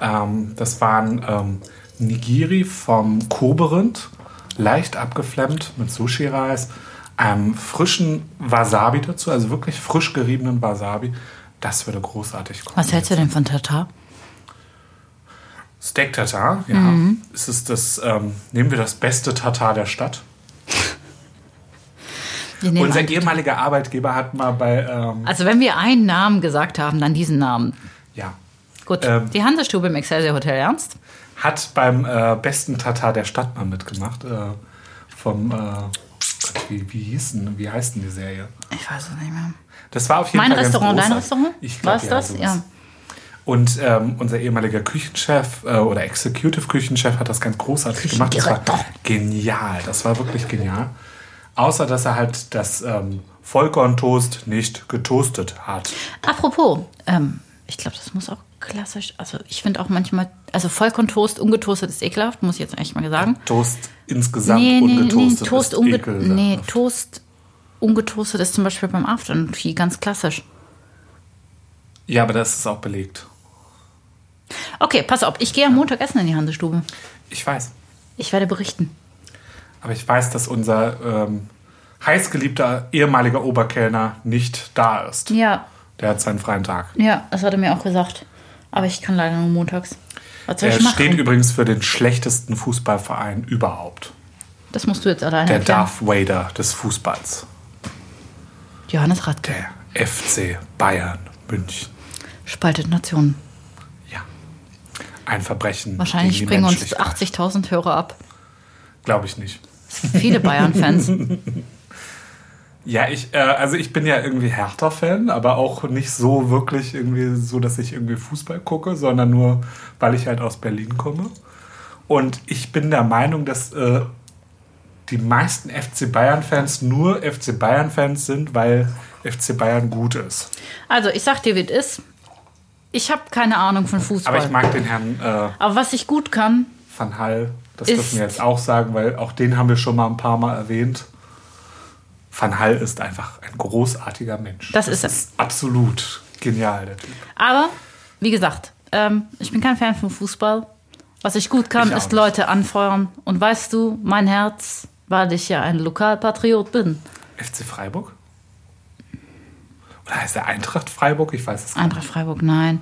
Speaker 3: Ähm, das waren ähm, Nigiri vom Koberind, leicht abgeflemmt mit Sushi-Reis, einem frischen Wasabi dazu, also wirklich frisch geriebenen Wasabi. Das würde großartig kommen.
Speaker 2: Was hältst du denn von Tatar?
Speaker 3: Steak Tatar, ja.
Speaker 2: Mhm.
Speaker 3: Es ist das, ähm, nehmen wir das beste Tatar der Stadt.
Speaker 2: Wir nehmen
Speaker 3: Unser
Speaker 2: einen-
Speaker 3: ehemaliger Arbeitgeber hat mal bei, ähm,
Speaker 2: Also, wenn wir einen Namen gesagt haben, dann diesen Namen.
Speaker 3: ja,
Speaker 2: Gut,
Speaker 3: Ähm.
Speaker 2: die Hansestube im Excelsior Hotel Ernst.
Speaker 3: hat beim äh, besten Tatar der Stadt mal mitgemacht. Äh, vom, äh, Gott, wie, wie hieß denn, wie heißt denn die Serie?
Speaker 2: Ich weiß es nicht mehr.
Speaker 3: Das war auf jeden
Speaker 2: Mein
Speaker 3: Fall
Speaker 2: Restaurant,
Speaker 3: ganz
Speaker 2: dein
Speaker 3: großartig.
Speaker 2: Restaurant?
Speaker 3: Ich glaub,
Speaker 2: War es
Speaker 3: ja,
Speaker 2: das?
Speaker 3: sowas.
Speaker 2: Ja.
Speaker 3: Und ähm, unser ehemaliger Küchenchef äh, oder Executive Küchenchef hat das ganz großartig gemacht. Das war
Speaker 2: Küchendirektor.
Speaker 3: genial. Das war wirklich genial. Außer, dass er halt das ähm, Vollkorntoast nicht getoastet hat.
Speaker 2: Apropos, ähm, ich glaube, das muss auch klassisch. Also, ich finde auch manchmal, also Vollkorntoast ungetoastet ist ekelhaft, muss ich jetzt echt mal sagen.
Speaker 3: Toast insgesamt ungetoastet
Speaker 2: Toast
Speaker 3: ist
Speaker 2: unge
Speaker 3: ekelhaft.
Speaker 2: nee, Toast ungetoastet ist zum Beispiel beim Afternoon Tea ganz klassisch.
Speaker 3: Ja, aber das ist auch belegt.
Speaker 2: Okay, pass auf, ich gehe am Montag essen in die Hansestube.
Speaker 3: Ich weiß.
Speaker 2: Ich werde berichten.
Speaker 3: Aber ich weiß, dass unser ähm, heißgeliebter ehemaliger Oberkellner nicht da ist.
Speaker 2: Ja,
Speaker 3: Der hat seinen freien Tag.
Speaker 2: ja, das hat er mir auch gesagt. Aber ich kann leider nur montags. Was soll
Speaker 3: Er
Speaker 2: ich machen?
Speaker 3: steht übrigens für den schlechtesten Fußballverein überhaupt.
Speaker 2: das musst du jetzt alleine
Speaker 3: Der
Speaker 2: erklären.
Speaker 3: Darth Vader des Fußballs.
Speaker 2: Johannes Radke
Speaker 3: Der FC Bayern München.
Speaker 2: spaltet Nationen.
Speaker 3: Ja. Ein Verbrechen.
Speaker 2: Wahrscheinlich
Speaker 3: gegen die
Speaker 2: springen uns
Speaker 3: Menschlichkeit.
Speaker 2: 80.000 Hörer ab.
Speaker 3: Glaube ich nicht.
Speaker 2: Viele Bayern-Fans.
Speaker 3: Ja, ich, äh, also ich bin ja irgendwie Hertha-Fan, aber auch nicht so wirklich irgendwie so, dass ich irgendwie Fußball gucke, sondern nur, weil ich halt aus Berlin komme. Und ich bin der Meinung, dass äh, die meisten FC Bayern-Fans nur FC Bayern-Fans sind, weil FC Bayern gut ist.
Speaker 2: Also, ich sag dir, wie es ist. Ich habe keine Ahnung von Fußball.
Speaker 3: Aber ich mag den Herrn äh,
Speaker 2: Aber was ich gut kann,
Speaker 3: Van Hall, das
Speaker 2: Ist-
Speaker 3: dürfen wir jetzt auch sagen, weil auch den haben wir schon mal ein paar Mal erwähnt. Van Hall ist einfach ein großartiger Mensch.
Speaker 2: Das ist er.
Speaker 3: absolut genial, der Typ.
Speaker 2: aber wie gesagt, ähm, ich bin kein Fan von Fußball. Was ich gut kann,
Speaker 3: Ich auch
Speaker 2: ist
Speaker 3: nicht.
Speaker 2: Leute anfeuern. Und weißt du, mein Herz, weil ich ja ein Lokalpatriot bin.
Speaker 3: FC Freiburg? Oder heißt der Eintracht Freiburg? Ich weiß es nicht.
Speaker 2: Eintracht Freiburg, nein.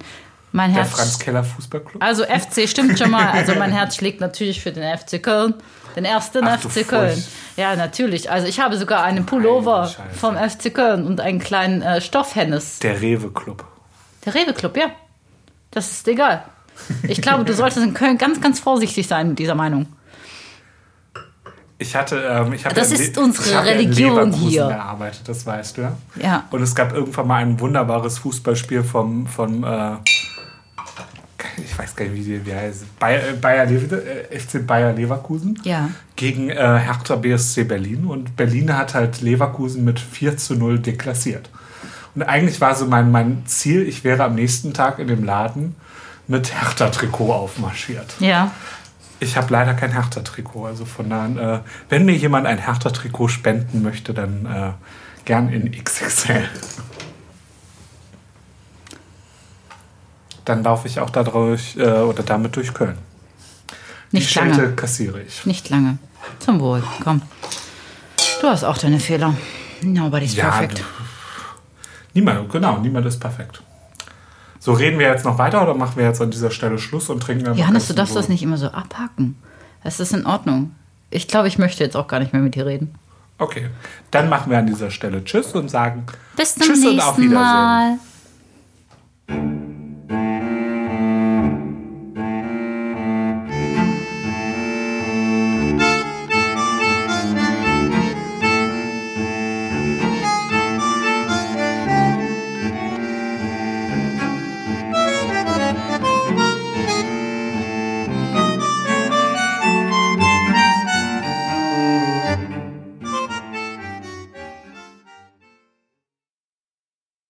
Speaker 2: Mein
Speaker 3: Der
Speaker 2: Herz.
Speaker 3: Franz Keller Fußballclub?
Speaker 2: Also FC stimmt schon mal. Also mein Herz schlägt natürlich für den FC Köln. Den ersten
Speaker 3: Ach, du
Speaker 2: FC Köln.
Speaker 3: Furcht.
Speaker 2: Ja, natürlich. Also ich habe sogar einen Pullover
Speaker 3: Scheiße.
Speaker 2: vom FC Köln und einen kleinen äh, Stoffhennis.
Speaker 3: Der Rewe Club.
Speaker 2: Der Rewe-Club, ja. Das ist egal. Ich glaube, du solltest in Köln ganz, ganz vorsichtig sein mit dieser Meinung.
Speaker 3: Ich hatte, ähm, ich habe
Speaker 2: Das
Speaker 3: ja in
Speaker 2: ist
Speaker 3: Le-
Speaker 2: unsere
Speaker 3: ich habe ja in
Speaker 2: Religion
Speaker 3: Leverkusen
Speaker 2: hier.
Speaker 3: gearbeitet, das weißt du ja.
Speaker 2: Ja.
Speaker 3: Und es gab irgendwann mal ein wunderbares Fußballspiel vom, vom äh, ich weiß gar nicht, wie die wie heißt, Bayer, Bayer, Lever- äh, FC Bayer Leverkusen
Speaker 2: Ja.
Speaker 3: gegen äh, Hertha BSC Berlin. Und Berlin hat halt Leverkusen mit 4 zu 0 deklassiert. Und eigentlich war so mein, mein Ziel, ich wäre am nächsten Tag in dem Laden mit Hertha-Trikot aufmarschiert.
Speaker 2: Ja.
Speaker 3: Ich habe leider kein Hertha-Trikot. Also von daher, äh, wenn mir jemand ein Hertha-Trikot spenden möchte, dann äh, gern in XXL. Dann laufe ich auch dadurch äh, oder damit durch Köln.
Speaker 2: Nicht
Speaker 3: Die Schelte
Speaker 2: lange.
Speaker 3: kassiere ich.
Speaker 2: Nicht lange. Zum Wohl. Komm. Du hast auch deine Fehler. Nobody's
Speaker 3: Ja,
Speaker 2: perfect.
Speaker 3: du- Niemand, genau, niemand ist perfekt. So reden wir jetzt noch weiter oder machen wir jetzt an dieser Stelle Schluss und trinken dann
Speaker 2: Johannes, du
Speaker 3: noch
Speaker 2: darfst
Speaker 3: erst
Speaker 2: das nicht immer so abhaken. Es ist in Ordnung. Ich glaube, ich möchte jetzt auch gar nicht mehr mit dir reden.
Speaker 3: Okay, dann machen wir an dieser Stelle Tschüss und sagen
Speaker 2: Bis zum
Speaker 3: Tschüss und auf
Speaker 2: nächsten
Speaker 3: Wiedersehen.
Speaker 2: Mal.